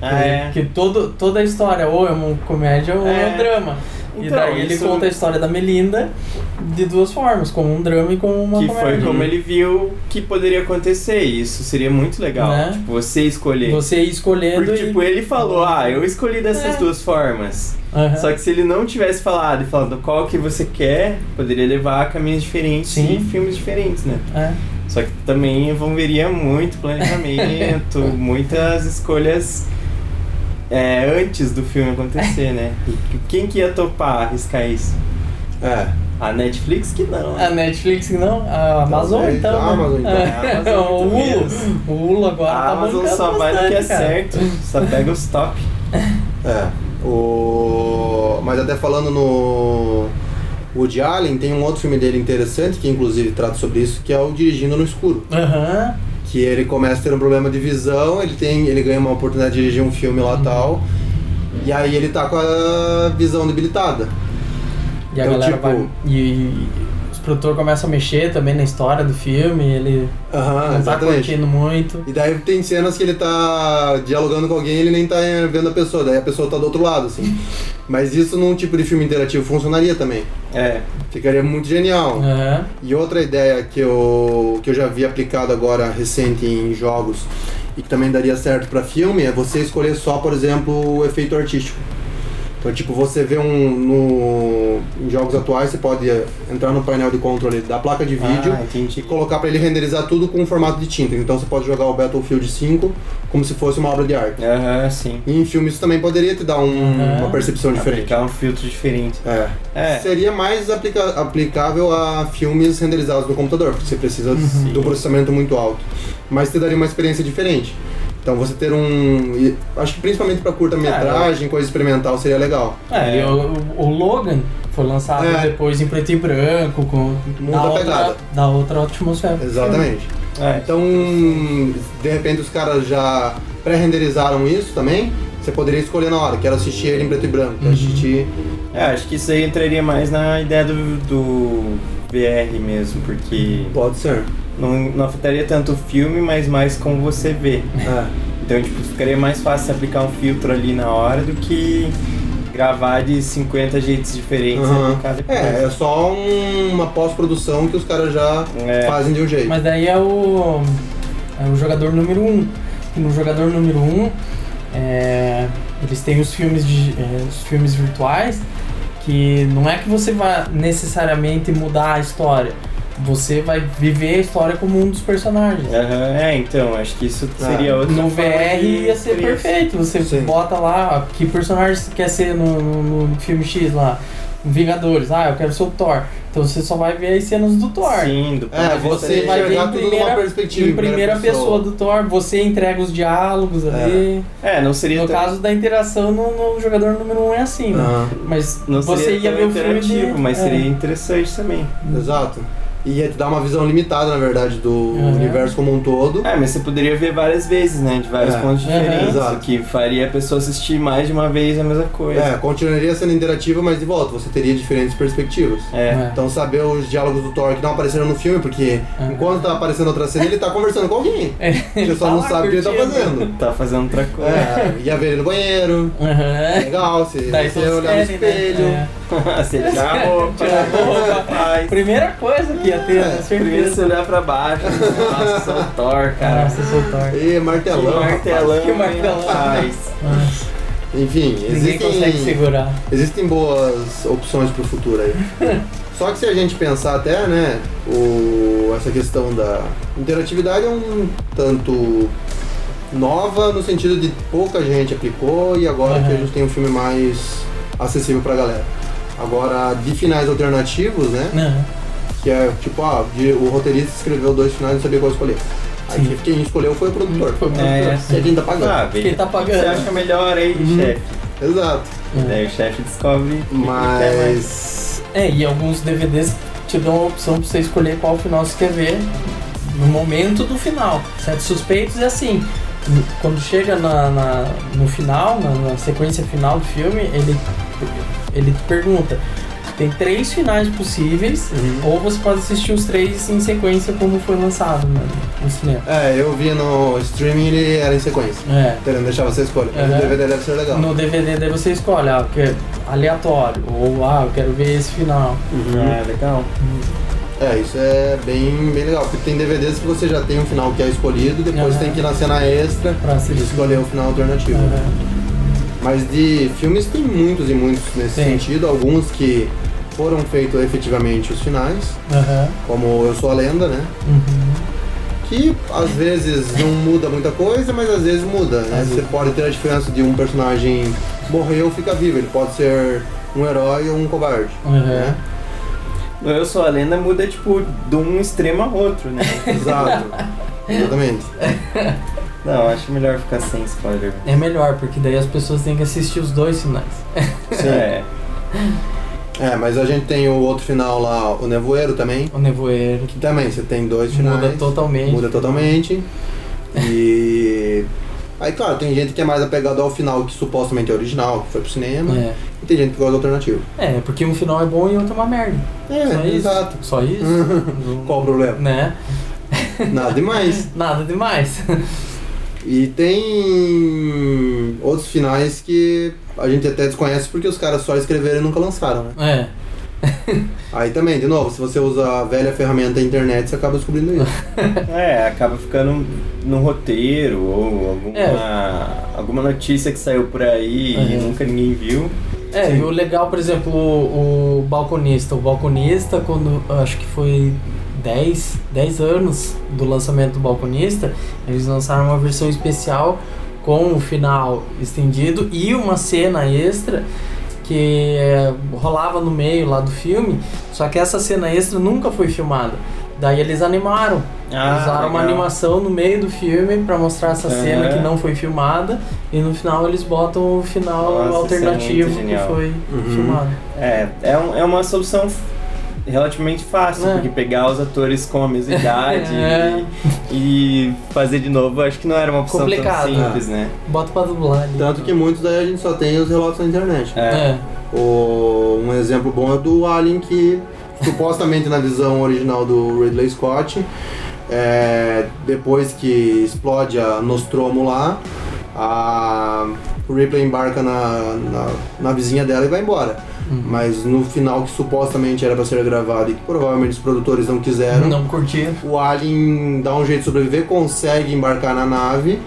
S2: Ah, é.
S3: Que todo, toda a história ou é uma comédia ou é,
S2: É.
S3: um drama. e
S2: Então,
S3: daí ele
S2: isso
S3: conta a história da Melinda de duas formas, como um drama e como uma
S2: que
S3: comédia.
S2: foi como ele viu que poderia acontecer. e Isso seria muito legal.
S3: Né?
S2: Tipo, você escolher.
S3: Você ia escolhendo
S2: Porque, tipo,
S3: e...
S2: ele falou, ah, eu escolhi dessas
S3: É.
S2: duas formas.
S1: É.
S3: Aham.
S2: Só que se ele não tivesse falado e falado qual que você quer, poderia levar a caminhos diferentes
S3: Sim.
S2: e filmes diferentes, né?
S3: É.
S2: Só que também envolveria muito planejamento, muitas escolhas é, antes do filme acontecer, né? E quem que ia topar arriscar isso?
S1: É.
S2: A Netflix que não.
S3: A
S2: né?
S3: Netflix não, a Amazon
S1: Talvez
S3: então.
S1: a
S3: né?
S1: Amazon, então.
S3: É.
S2: A Amazon,
S3: o
S2: muito
S3: Hulu.
S2: menos.
S3: O Hulu agora
S2: A
S3: tá
S2: Amazon
S3: bancando
S2: só vai
S3: bastante,
S2: no que é
S3: cara.
S2: certo, só pega os top.
S1: É. O... Mas até falando no Woody Allen, tem um outro filme dele interessante, que inclusive trata sobre isso, que é o Dirigindo no Escuro.
S3: Aham.
S1: Que ele começa a ter um problema de visão, ele, tem, ele ganha uma oportunidade de dirigir um filme lá tal. E aí ele tá com a visão debilitada.
S3: E a
S1: Então,
S3: galera
S1: tipo-
S3: vai. E, e os produtores começam a mexer também na história do filme, ele
S1: Aham,
S3: não tá curtindo muito.
S1: E daí tem cenas que ele tá dialogando com alguém e ele nem tá vendo a pessoa, daí a pessoa tá do outro lado, assim. Mas isso num tipo de filme interativo funcionaria também.
S2: É,
S1: Ficaria muito genial.
S3: Aham.
S1: E outra ideia que eu, que eu já vi aplicado agora recente em jogos e que também daria certo pra filme é você escolher só, por exemplo, o efeito artístico. Então, tipo, você vê um. No, em jogos atuais, você pode entrar no painel de controle da placa de vídeo
S2: Ah,
S1: e
S2: entendi.
S1: colocar pra ele renderizar tudo com formato de tinta. Então você pode jogar o Battlefield 5 como se fosse uma obra de arte.
S2: Aham, sim.
S1: E em filme isso também poderia te dar um-
S3: Uhum.
S1: uma percepção diferente.
S2: Aplicar um filtro diferente.
S1: É.
S2: É.
S1: Seria mais aplica- aplicável a filmes renderizados no computador, porque você precisa
S2: Uhum. Sim.
S1: do processamento muito alto. Mas te daria uma experiência diferente. Então você ter um. e Acho que principalmente pra
S2: É.
S1: curta-metragem, coisa experimental, seria legal.
S3: É, e o, o Logan foi lançado
S1: É.
S3: depois em preto e branco, com
S1: Muda
S3: da
S1: a
S3: outra,
S1: pegada.
S3: da outra atmosfera.
S1: Exatamente.
S2: É,
S1: Então, de repente os caras já pré-renderizaram isso também. Você poderia escolher na hora, quero assistir ele em preto e branco,
S2: Uhum.
S1: quero assistir.
S2: É, acho que isso aí entraria mais na ideia do, do VR mesmo, porque
S1: Pode ser.
S2: não, não afetaria tanto o filme, mas mais como você vê.
S1: É.
S2: Então, tipo, ficaria mais fácil aplicar um filtro ali na hora do que gravar de 50 jeitos diferentes
S1: Aham.
S2: em cada
S1: É, é
S2: coisa.
S1: só um- uma pós-produção que os caras já
S2: É.
S1: fazem de um jeito.
S3: Mas daí é o, é o jogador número Um. E no jogador número Um, é, eles têm os filmes, de, é, os filmes virtuais, que não é que você vai necessariamente mudar a história. Você vai viver a história como um dos personagens.
S2: Aham, é, então, acho que isso
S1: Ah.
S2: seria outro.
S3: No VR ia ser
S2: assim,
S3: perfeito. Você
S1: Sim.
S3: bota lá ó, que personagem você quer ser no, no- no filme X lá. Vingadores, ah, eu quero ser o Thor. Então você só vai ver as cenas do Thor.
S2: Sim, do ponto
S1: É,
S2: de vista
S1: você vai
S2: de-
S3: vai ver
S1: enxergar
S3: em
S1: tudo numa
S3: primeira-
S1: perspectiva. né,
S3: em primeira pessoa. do Thor, você entrega os diálogos ali.
S2: É, não seria
S3: No
S2: tão-
S3: caso da interação no, no jogador número 1 um é assim, né?
S1: Aham,
S3: Mas
S2: não
S3: você
S2: seria
S3: ia
S2: tão
S3: ver o filme de-
S2: interativo, mas
S3: é.
S2: seria interessante também.
S1: Exato. E ia te dar uma visão limitada, na verdade, do
S3: Uhum.
S1: universo como um todo.
S2: É, mas você poderia ver várias vezes, né? De vários
S1: É.
S2: pontos
S3: Aham.
S2: diferentes.
S1: Exato.
S2: O que faria a pessoa assistir mais de uma vez a mesma
S1: É,
S2: coisa.
S1: continuaria sendo interativa, mas de volta, você teria diferentes perspectivas.
S2: É.
S1: Então saber os diálogos do Thor que não apareceram no filme, porque
S3: Uhum.
S1: enquanto tá aparecendo outra cena, ele tá conversando com alguém.
S3: É.
S1: Você só
S3: Tá
S1: não
S3: lá
S1: sabe o que ele tá
S3: curtindo.
S1: fazendo.
S2: Tá fazendo outra coisa.
S1: É, ia ver ele no banheiro,
S3: Aham.
S1: legal, se
S3: Daí
S1: você
S3: todos
S1: olhar no
S3: querem, né?
S1: espelho.
S3: É.
S2: você tira a roupa,
S3: Tira a roupa.
S2: faz.
S3: Primeira coisa que ia ter,
S1: É,
S3: com
S2: Primeiro
S3: certeza.
S2: você olhar pra baixo. né? Nossa, sou Thor, cara.
S3: Nossa, eu sou o Thor.
S1: E martelão.
S2: Que martelão,
S3: Que
S2: hein,
S3: martelão.
S2: rapaz.
S3: Nossa,
S1: Enfim,
S3: Ninguém consegue
S1: existem,
S3: segurar.
S1: existem boas opções pro futuro aí. Só que se a gente pensar até, né, o, essa questão da interatividade é um tanto nova no sentido de pouca gente aplicou e agora que a
S3: Aham.
S1: gente tem um filme mais acessível pra galera. Agora, de finais alternativos, né,
S3: Não.
S1: que é tipo, ah, de- o roteirista escreveu dois finais e não sabia qual escolher. Aí
S3: Sim.
S1: quem escolheu foi o produtor.
S3: Foi
S2: É, é
S1: E a
S2: assim.
S1: gente tá pagando.
S2: Ah, vê.
S3: Quem tá É.
S2: O que Você
S3: pagando?
S2: acha melhor aí,
S1: Uhum.
S2: chefe?
S1: Exato.
S2: Daí o chefe descobre o que ele quer mais.
S1: Mas...
S3: É, e alguns DVDs te dão a opção pra você escolher qual final você quer ver no momento do final. Sete Suspeitos é assim. Quando chega na, na- no final, na, na sequência final do filme, ele, ele te pergunta: tem três finais possíveis,
S1: Uhum.
S3: ou você pode assistir os três em sequência, como foi lançado né, no cinema.
S1: É, eu vi no streaming ele era em sequência.
S3: É.
S1: Ele não deixava você escolher. Mas
S3: Aham.
S1: o DVD deve ser legal.
S3: No DVD, daí você escolhe: ah, eu quero aleatório, ou ah, eu quero ver esse final.
S1: Uhum.
S2: Ah, legal.
S1: É, isso é bem, bem legal. Porque tem DVDs que você já tem um final que é escolhido, depois
S3: Aham.
S1: tem que ir na cena extra
S3: Pra
S1: e
S3: assistir.
S1: escolher o final alternativo.
S3: É.
S1: Mas de filmes tem muitos e muitos nesse
S3: Tem.
S1: sentido. Alguns que foram feitos efetivamente os finais,
S3: Aham.
S1: como Eu Sou a Lenda, né?
S3: Uhum.
S1: Que às vezes não muda muita coisa, mas às vezes muda. Né?
S3: Às
S1: Você pode ter a diferença de um personagem morrer ou fica vivo. Ele pode ser um herói ou um covarde.
S3: Uhum.
S1: né?
S2: No Eu Sou a Lenda muda, tipo, de um extremo a outro, né?
S1: Exato. Exatamente.
S2: Não, acho melhor ficar sem spoiler.
S3: É melhor, porque daí as pessoas têm que assistir os dois finais.
S2: É.
S1: É, mas a gente tem o outro final lá, o Nevoeiro também.
S3: O nevoeiro que
S1: Que também você tem dois finais.
S3: muda totalmente.
S1: Muda totalmente. E. Aí, claro, tem gente que é mais apegado ao final que supostamente é original, que foi pro cinema. E tem gente que gosta do alternativo.
S3: É. é, porque um final é bom e outro é uma merda.
S1: É,
S3: Só isso.
S1: exato.
S3: Só isso. Não-
S1: Qual o problema?
S3: Né?
S1: Nada demais.
S3: Nada demais.
S1: E tem outros finais que a gente até desconhece porque os caras só escreveram e nunca lançaram, né?
S3: é.
S1: Aí também, de novo, se você usa a velha ferramenta da internet, você acaba descobrindo isso.
S2: É, acaba ficando num roteiro ou alguma, alguma notícia que saiu por aí e
S4: Uhum.
S2: nunca ninguém viu.
S3: É, e o legal, por exemplo, o, o balconista. O balconista, quando acho que foi 10, 10 anos do lançamento do balconista, eles lançaram uma versão especial com o final estendido e uma cena extra que é, rolava no meio lá do filme, só que essa cena extra nunca foi filmada. Daí eles animaram Usaram uma
S2: Ah, legal.
S3: animação no meio do filme pra mostrar essa
S2: Aham.
S3: cena que não foi filmada e no final eles botam o final
S2: Nossa, isso é
S3: alternativo
S2: muito
S3: que
S2: genial.
S3: foi
S1: Uhum.
S3: filmado.
S2: É, é, um- é uma solução f- relativamente fácil,
S3: É.
S2: porque pegar os atores com a mesma idade
S3: É.
S2: e, e fazer de novo, acho que não era uma opção
S3: Complicado.
S2: tão simples, né?
S3: Bota pra dublar ali.
S1: Tanto que muitos daí a gente só tem os relatos na internet.
S2: É.
S3: É.
S1: O- um exemplo bom é do Alien que supostamente na visão original do Ridley Scott é, depois que explode a Nostromo lá a Ripley embarca na, na, na vizinha dela e vai embora mas no final que supostamente era para ser gravado e que provavelmente os produtores não quiseram
S3: Não curtiram.
S1: o Alien dá um jeito de sobreviver, consegue embarcar na nave.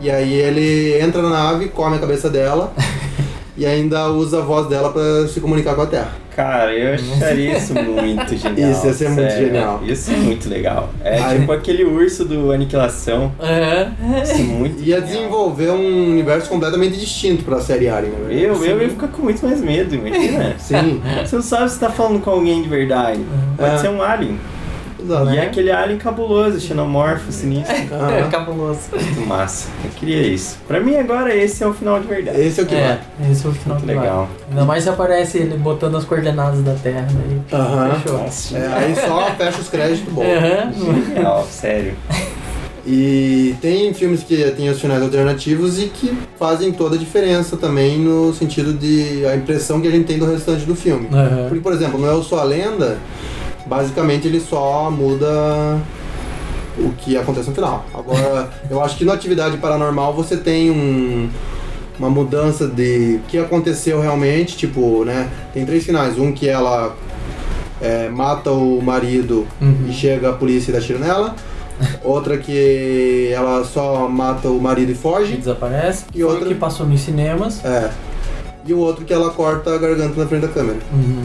S1: E aí ele entra na nave, come a cabeça dela. e ainda usa a voz dela pra se comunicar com a Terra.
S2: Cara, eu acharia isso muito genial.
S1: Isso ia ser muito
S2: sério.
S1: genial.
S2: Isso é muito legal. É
S1: Ai.
S2: tipo aquele urso do Aniquilação.
S3: É.
S2: Isso é muito
S1: Ia
S2: genial.
S1: desenvolver um universo completamente distinto pra série Alien, né?
S2: Eu, eu ia ficar com muito mais medo, imagina.
S1: Sim,
S2: Você não sabe se tá falando com alguém de verdade. Pode
S3: Ah.
S1: É.
S2: ser um alien.
S3: Tá
S1: exato.
S2: E é aquele alien cabuloso, xenomorfo, sinistro.
S3: É,
S1: Aham.
S3: cabuloso.
S2: Muito massa. Eu queria isso. Pra mim agora esse é o final de verdade.
S1: Esse é o que vai.
S3: É, esse é o final
S2: Muito
S3: que vai.
S2: legal.
S3: Ainda mais se aparece ele botando as coordenadas da Terra aí.
S1: Aham.
S3: Fechou.
S2: Nossa,
S1: É, aí só fecha os créditos, bom.
S3: É. Aham.
S2: genial, sério.
S1: E tem filmes que têm os finais alternativos e que fazem toda a diferença também no sentido de a impressão que a gente tem do restante do filme.
S3: Aham.
S1: Porque, por exemplo, no Eu Sou a Lenda, basicamente ele só muda o que acontece no final. Agora, eu acho que na atividade paranormal você tem um- uma mudança de o que aconteceu realmente, tipo, né? Tem três finais. Um que ela é, mata o marido
S3: Uhum.
S1: e chega a polícia e dá tiro nela. Outra que ela só mata o marido e
S3: Que
S1: foge.
S3: desaparece.
S1: E outra-
S3: Foi o que passou nos cinemas.
S1: É. E o outro que ela corta a garganta na frente da câmera.
S3: Uhum.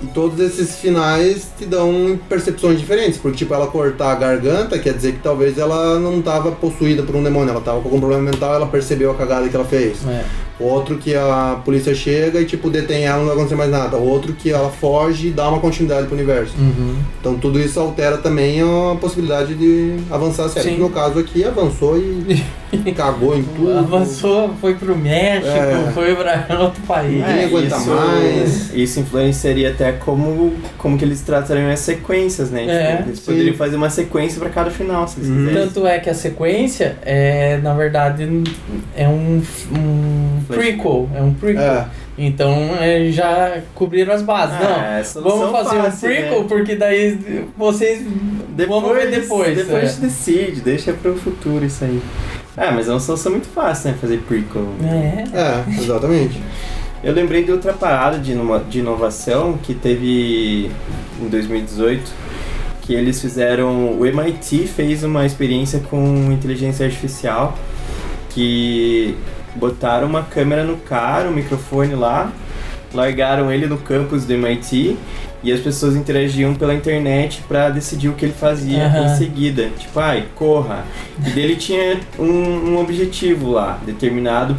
S1: E todos esses finais te dão percepções diferentes, porque tipo, ela cortar a garganta quer dizer que talvez ela não estava possuída por um demônio, ela estava com algum problema mental, ela percebeu a cagada que ela fez.
S3: É.
S1: Outro que a polícia chega e tipo detém ela, não vai acontecer mais nada. Outro que ela foge e dá uma continuidade pro universo.
S3: Uhum.
S1: Então tudo isso altera também a possibilidade de avançar a série.
S3: Sim.
S1: Que no caso aqui avançou e cagou em tudo.
S3: Avançou, foi pro México,
S1: É.
S3: foi pra outro país.
S1: Ninguém aguenta mais.
S2: É, Isso influenciaria até como, como que eles tratariam as sequências, né?
S3: É,
S2: Tipo, eles
S1: sim.
S2: poderiam fazer uma sequência pra cada final, se eles
S1: Uhum.
S2: quisessem.
S3: Tanto é que a sequência é, na verdade, é um, um prequel. É um prequel.
S1: É,
S3: Então é, já cobriram as bases. Não,
S2: é solução
S3: vamos fazer
S2: fácil,
S3: um prequel
S1: né?
S3: porque daí vocês. Vamos ver depois,
S2: Depois
S3: é.
S2: a gente decide, deixa pro futuro isso aí. É, mas é uma solução muito fácil, né? Fazer prequel.
S3: É.
S1: é, exatamente.
S2: Eu lembrei de outra parada de, inova- de inovação que teve em 2018, que eles fizeram. O MIT fez uma experiência com inteligência artificial que botaram uma câmera no cara, um microfone lá, largaram ele no campus do MIT e as pessoas interagiam pela internet pra decidir o que ele fazia
S3: Aham.
S2: em seguida. Tipo, ai, corra. E dele tinha um, um objetivo lá, determinado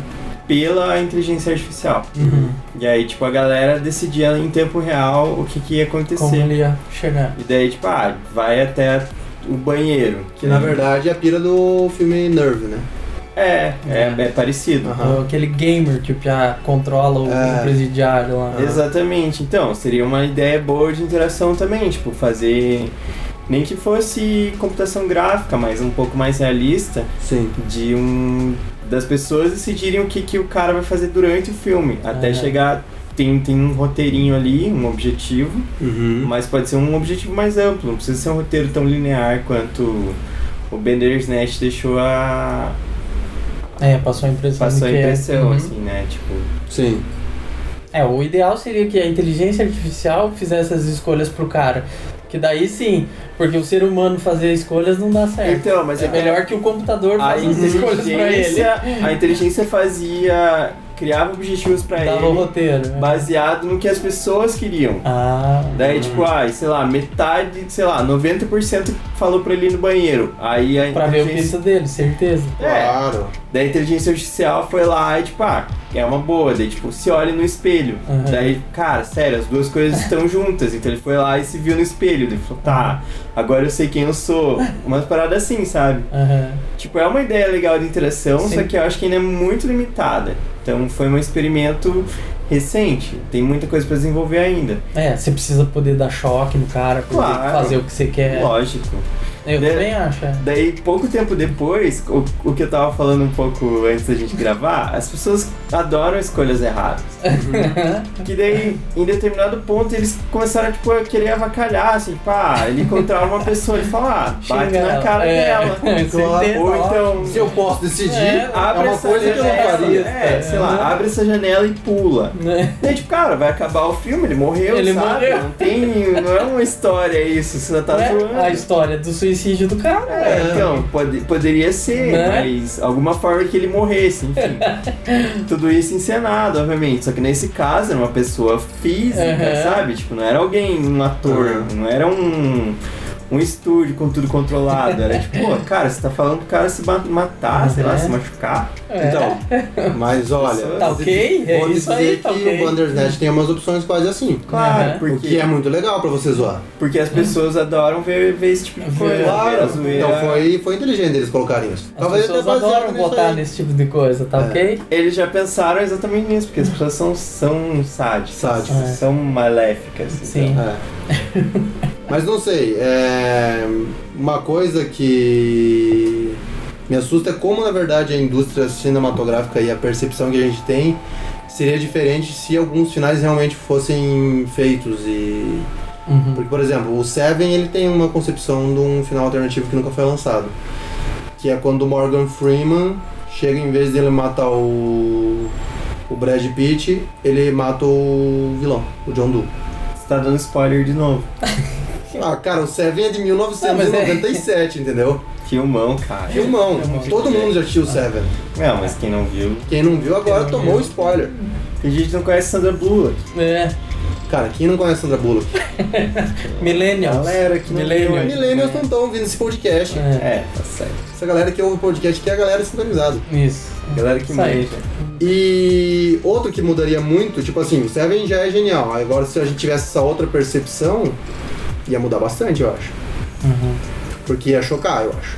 S2: pela inteligência artificial.
S3: Uhum.
S1: Uhum.
S2: E aí, tipo, a galera decidia em tempo real o que, que ia acontecer.
S3: Como ele ia chegar.
S2: E daí, tipo, ah, vai até o banheiro.
S1: Que na verdade é a pira do filme Nerve, né?
S2: É, é, é parecido.
S1: Aham.
S3: Aquele gamer que já controla o
S1: É.
S3: presidiário lá.
S2: Exatamente. Então, seria uma ideia boa de interação também, tipo, fazer. Nem que fosse computação gráfica, mas um pouco mais realista,
S1: Sim.
S2: de um. das pessoas decidirem o que, que o cara vai fazer durante o filme. Até
S3: Aham.
S2: chegar. Tem, tem um roteirinho ali, um objetivo.
S1: Uhum.
S2: Mas pode ser um objetivo mais amplo, não precisa ser um roteiro tão linear quanto o Bender's Net deixou a.
S3: É, passou a impressão
S2: passou
S3: de
S2: a
S3: que é.
S1: assim.
S2: impressão,
S3: Uhum.
S2: assim, né? Tipo,
S1: Sim.
S3: É, o ideal seria que a inteligência artificial fizesse as escolhas pro cara. Que daí sim, porque o ser humano fazer escolhas não dá certo.
S2: Então, mas
S3: É melhor que o computador
S2: a
S3: faça as escolhas pra ele.
S2: inteligência, a inteligência fazia, criava objetivos pra
S3: Dava o
S2: ele
S3: roteiro. né?
S2: baseado no que as pessoas queriam.
S3: Ah.
S2: Daí, tipo, ai, sei lá, metade, sei lá, 90% falou pra ele ir no banheiro. Aí a
S3: Pra ver o tá-
S2: inteligência-
S3: pinto dele, certeza.
S2: É,
S1: Claro.
S2: Daí a inteligência artificial foi lá e tipo, ah, é uma boa. Daí, tipo, se olha no espelho.
S3: Uhum.
S2: Daí, cara, sério, as duas coisas estão juntas. Então ele foi lá e se viu no espelho. Daí falou, tá, agora eu sei quem eu sou. Umas paradas assim, sabe?
S3: Aham.
S2: Tipo, é uma ideia legal de interação,
S3: Sim.
S2: só que eu acho que ainda é muito limitada. Então foi um experimento recente. Tem muita coisa pra desenvolver ainda.
S3: É, você precisa poder dar choque no cara, poder
S2: Claro.
S3: fazer o que você quer.
S2: Lógico.
S3: Eu
S2: Né?
S3: também acho, é.
S2: Daí, pouco tempo depois, o, o que eu tava falando um pouco antes da gente gravar, as pessoas adoram escolhas erradas. que daí, em determinado ponto, eles começaram tipo, a querer avacalhar, assim, tipo, ah, ele encontrava uma pessoa e falar, ah, bate
S3: Xinga
S2: na
S3: ela.
S2: cara
S3: É,
S2: dela.
S3: certeza,
S2: Ou
S3: ó.
S2: então,
S1: Se eu posso decidir,
S3: É,
S1: é,
S2: abre
S1: uma
S2: essa
S1: coisa que eu não
S2: janela.
S1: faria.
S2: É,
S3: É.
S2: sei lá, abre essa janela e pula.
S3: Né?
S2: Daí, tipo, cara, vai acabar o filme, ele morreu,
S3: Ele
S2: sabe?
S3: morreu.
S2: Não tem, não é uma história isso, você não tá
S3: Não é
S2: zoando.
S3: a história do suicídio do cara.
S2: É, então, pode, poderia ser,
S3: Né?
S2: mas alguma forma que ele morresse, enfim. Tudo isso encenado, obviamente. Só que nesse caso era uma pessoa física,
S3: Aham.
S2: sabe? Tipo, não era alguém, um ator,
S1: Aham.
S2: não era um, um estúdio com tudo controlado. Era tipo, pô, cara, você tá falando pro cara se ba- matar, sei lá,
S3: Uhum.
S2: se machucar.
S3: É.
S1: Então, mas olha.
S3: Tá ok? É
S1: vou
S3: isso
S1: dizer
S3: aí,
S1: que
S3: tá ok.
S1: o Bandersnet tem umas opções quase assim.
S2: Claro,
S3: Uhum.
S1: O que
S2: porque,
S1: é muito legal pra você zoar.
S2: porque as pessoas adoram ver, ver esse tipo de coisa. Ver a zoeira.
S1: Então foi, foi inteligente eles colocarem isso.
S3: As pessoas
S1: baseado
S3: adoram
S1: nisso
S3: botar
S1: aí.
S3: nesse tipo de coisa, tá
S1: É.
S3: ok?
S2: Eles já pensaram exatamente nisso, porque as pessoas são, são sádicas.
S1: Sádicas.
S2: São maléficas. então.
S3: Sim.
S1: É. Mas não sei, é, uma coisa que me assusta é como, na verdade, a indústria cinematográfica e a percepção que a gente tem seria diferente se alguns finais realmente fossem feitos e
S3: Uhum.
S1: porque, por exemplo, o Seven ele tem uma concepção de um final alternativo que nunca foi lançado. Que é quando o Morgan Freeman chega, em vez dele matar o. o Brad Pitt, ele mata o vilão, o John Doe.
S2: Você tá dando spoiler de novo.
S1: Ah, cara, o Seven é de
S3: Não,
S1: 1997, entendeu?
S2: Filmão, cara.
S1: Filmão.
S3: Filmão.
S1: Todo mundo já assistiu o Seven.
S2: Não, mas quem não viu.
S1: Quem não viu agora
S3: Quem não
S1: tomou
S3: viu.
S1: spoiler.
S2: Tem gente que não conhece Sandra Bullock.
S3: É,
S1: Cara, quem não conhece Sandra Bullock?
S3: millennials.
S2: Galera que não
S3: Millennials.
S2: viu
S1: Millennials não estão ouvindo esse podcast.
S3: É,
S2: É, tá certo.
S1: Essa galera que ouve o podcast aqui é a galera sintonizada.
S3: isso.
S2: Galera que
S3: Isso aí.
S2: manja.
S1: E outro que mudaria muito, tipo assim, o Seven já é genial. Agora se a gente tivesse essa outra percepção, ia mudar bastante, eu acho.
S3: Uhum.
S1: Porque ia chocar, eu acho.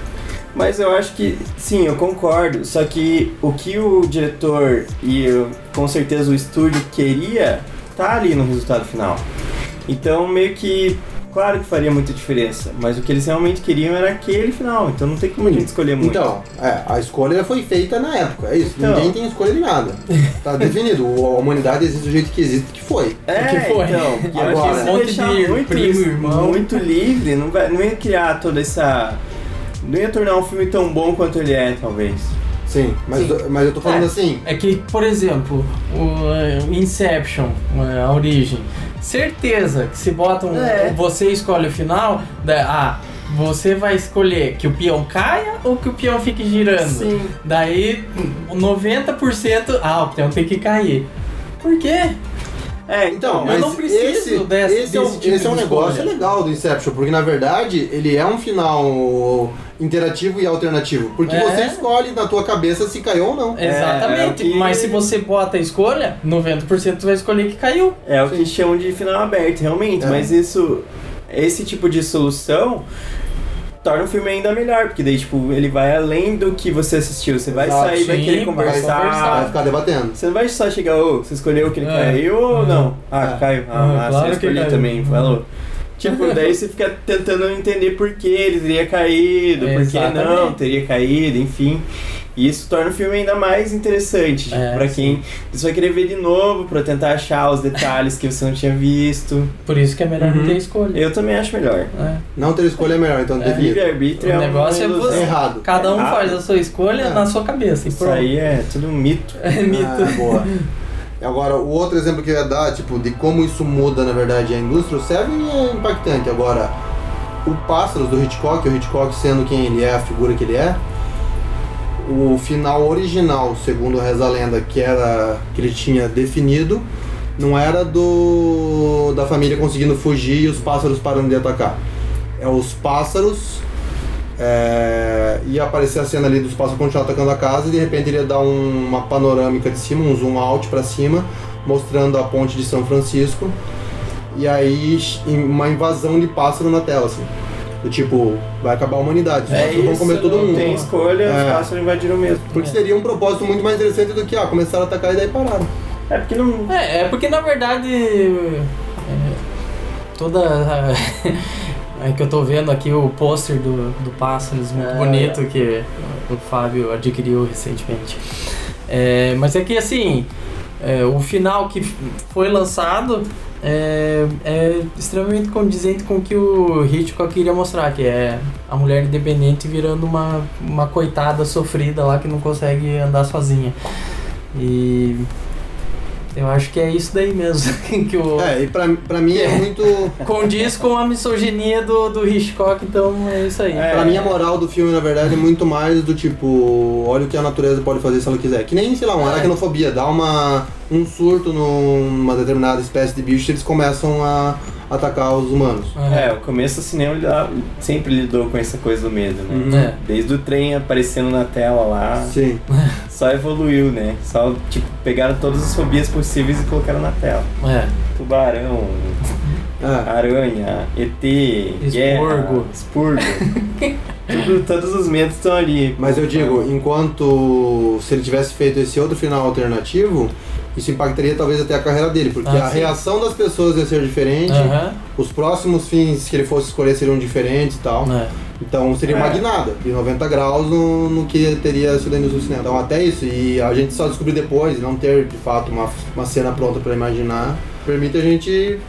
S2: Mas eu acho que, sim, eu concordo. Só que o que o diretor e eu- com certeza o estúdio queria tá ali no resultado final. Então, meio que, claro que faria muita diferença. Mas o que eles realmente queriam era aquele final. Então, não tem como a gente escolher muito.
S1: Então, é, a escolha foi feita na época, é isso.
S2: Então.
S1: Ninguém tem escolha de nada. Tá definido. o- A humanidade existe do jeito que existe, que foi.
S2: É,
S3: O que foi?
S2: então, porque eu
S1: Agora.
S2: acho que se
S3: Um monte
S2: deixar
S3: de
S2: muito,
S3: primo, irmão.
S2: muito livre, não, vai, não ia criar toda essa... Não ia tornar um filme tão bom quanto ele é, talvez.
S1: Sim, mas, mas eu tô falando
S3: É.
S1: assim.
S3: É que, por exemplo, o é, o Inception, é, a origem. Certeza que se botam.
S2: É.
S3: Você escolhe o final. Da, ah, você vai escolher que o peão caia ou que o peão fique girando?
S2: Sim.
S3: Daí, 90%. Ah, o peão tem que cair. Por quê?
S2: É,
S1: Então,
S2: então,
S3: Eu
S1: mas
S3: não preciso
S1: esse,
S3: dessa-
S1: esse, é, um-
S3: desse tipo
S1: esse é um
S3: de
S1: negócio
S3: escolha.
S1: legal do Inception, porque na verdade ele é um final interativo e alternativo. Porque
S3: É.
S1: você escolhe na tua cabeça se caiu ou não.
S2: É,
S3: Exatamente.
S2: é o que-
S3: Mas se você bota a escolha, 90% vai escolher que caiu.
S2: é o que chamam de final aberto, realmente.
S1: É.
S2: Mas isso... Esse tipo de solução torna o filme ainda melhor. Porque daí, tipo, ele vai além do que você assistiu. Você vai
S1: Exato,
S2: sair, vai
S3: sim,
S2: querer
S3: vai
S2: conversar.
S1: Vai
S3: conversar.
S1: ficar debatendo.
S2: Você não vai só chegar, ô, você escolheu que ele
S3: É.
S2: caiu ou
S3: Uhum.
S2: não? Ah,
S1: É.
S2: caiu.
S3: Uhum,
S2: Ah, ah,
S3: claro
S2: você
S3: que
S2: escolheu
S3: caiu. Uhum.
S2: também, falou. Tipo, daí você fica tentando entender por que ele teria caído, por que
S3: Exatamente.
S2: não teria caído, enfim. E isso torna o filme ainda mais interessante tipo,
S3: É,
S2: pra quem. Você vai querer ver de novo pra tentar achar os detalhes que você não tinha visto.
S3: Por isso que é melhor
S1: Uhum.
S3: não ter escolha.
S2: Eu também acho melhor.
S3: É.
S1: Não ter escolha é melhor, então
S3: É.
S1: devia.
S2: Livre-arbítrio
S3: O
S2: é uma
S3: negócio é
S2: ilusão.
S3: você.
S1: Errado.
S3: Cada um
S2: Ah.
S3: faz a sua escolha
S1: É.
S3: na sua cabeça. E
S2: Isso
S3: pronto.
S2: aí é tudo um mito.
S3: É mito.
S1: Ah, boa. Agora, o outro exemplo que eu ia dar, tipo, de como isso muda, na verdade, a indústria, o Seven é impactante. Agora, o Pássaros do Hitchcock, o Hitchcock sendo quem ele é, a figura que ele é, o final original, segundo reza a lenda, que era que ele tinha definido, não era do da família conseguindo fugir e os pássaros parando de atacar. É os pássaros é, ia aparecer a cena ali dos pássaros continuar atacando a casa e de repente ele ia dar um- uma panorâmica de cima, um zoom out pra cima, mostrando a ponte de São Francisco. E aí em- uma invasão de pássaro na tela, assim. Do tipo, vai acabar a humanidade, os
S2: É
S1: pássaros vão
S2: isso,
S1: comer todo
S3: um
S2: não
S1: mundo.
S2: tem escolha,
S1: É.
S2: os pássaros invadiram mesmo.
S1: Porque seria um propósito muito mais interessante do que, ah, começaram a atacar e daí pararam.
S2: É porque não...
S3: É, é porque na verdade é, toda a, é que eu tô vendo aqui o pôster do, do Pássaros, muito
S2: É.
S3: bonito, que o Fábio adquiriu recentemente. É, mas é que assim, é, o final que foi lançado é, é extremamente condizente com o que o Hitchcock queria mostrar, que é a mulher independente virando uma, uma coitada sofrida lá que não consegue andar sozinha. E eu acho que é isso daí mesmo que o
S1: É, e pra, pra mim é muito.
S3: condiz com a misoginia do, do Hitchcock, então é isso aí.
S2: É.
S1: Pra mim a moral do filme, na verdade, é muito mais do tipo, olha o que a natureza pode fazer se ela quiser. Que nem, sei lá, uma
S3: É.
S1: aracnofobia, dá uma, um surto numa determinada espécie de bicho e eles começam a atacar os humanos.
S2: É, o começo do cinema lidar- sempre lidou com essa coisa do medo, né?
S1: Uhum.
S3: É.
S2: Desde o trem aparecendo na tela lá,
S1: Sim.
S2: só evoluiu, né? Só, tipo, pegaram todas as fobias possíveis e colocaram na tela.
S3: É.
S2: Tubarão,
S1: É.
S2: aranha, ET, guerra,
S3: Expurgo.
S2: expurgo. Tudo, todos os medos estão ali.
S1: Mas eu digo, enquanto se ele tivesse feito esse outro final alternativo, isso impactaria talvez até a carreira dele, porque
S3: Ah,
S1: a
S3: sim.
S1: reação das pessoas ia ser diferente,
S3: Aham.
S1: os próximos fins que ele fosse escolher seriam diferentes e tal.
S2: Né.
S3: É.
S1: Então seria
S2: É.
S1: uma guinada de 90 graus no, no que teria sido a indústria do cinema. Então até isso, e a gente só descobriu depois, não ter de fato uma, uma cena pronta pra imaginar, permite a gente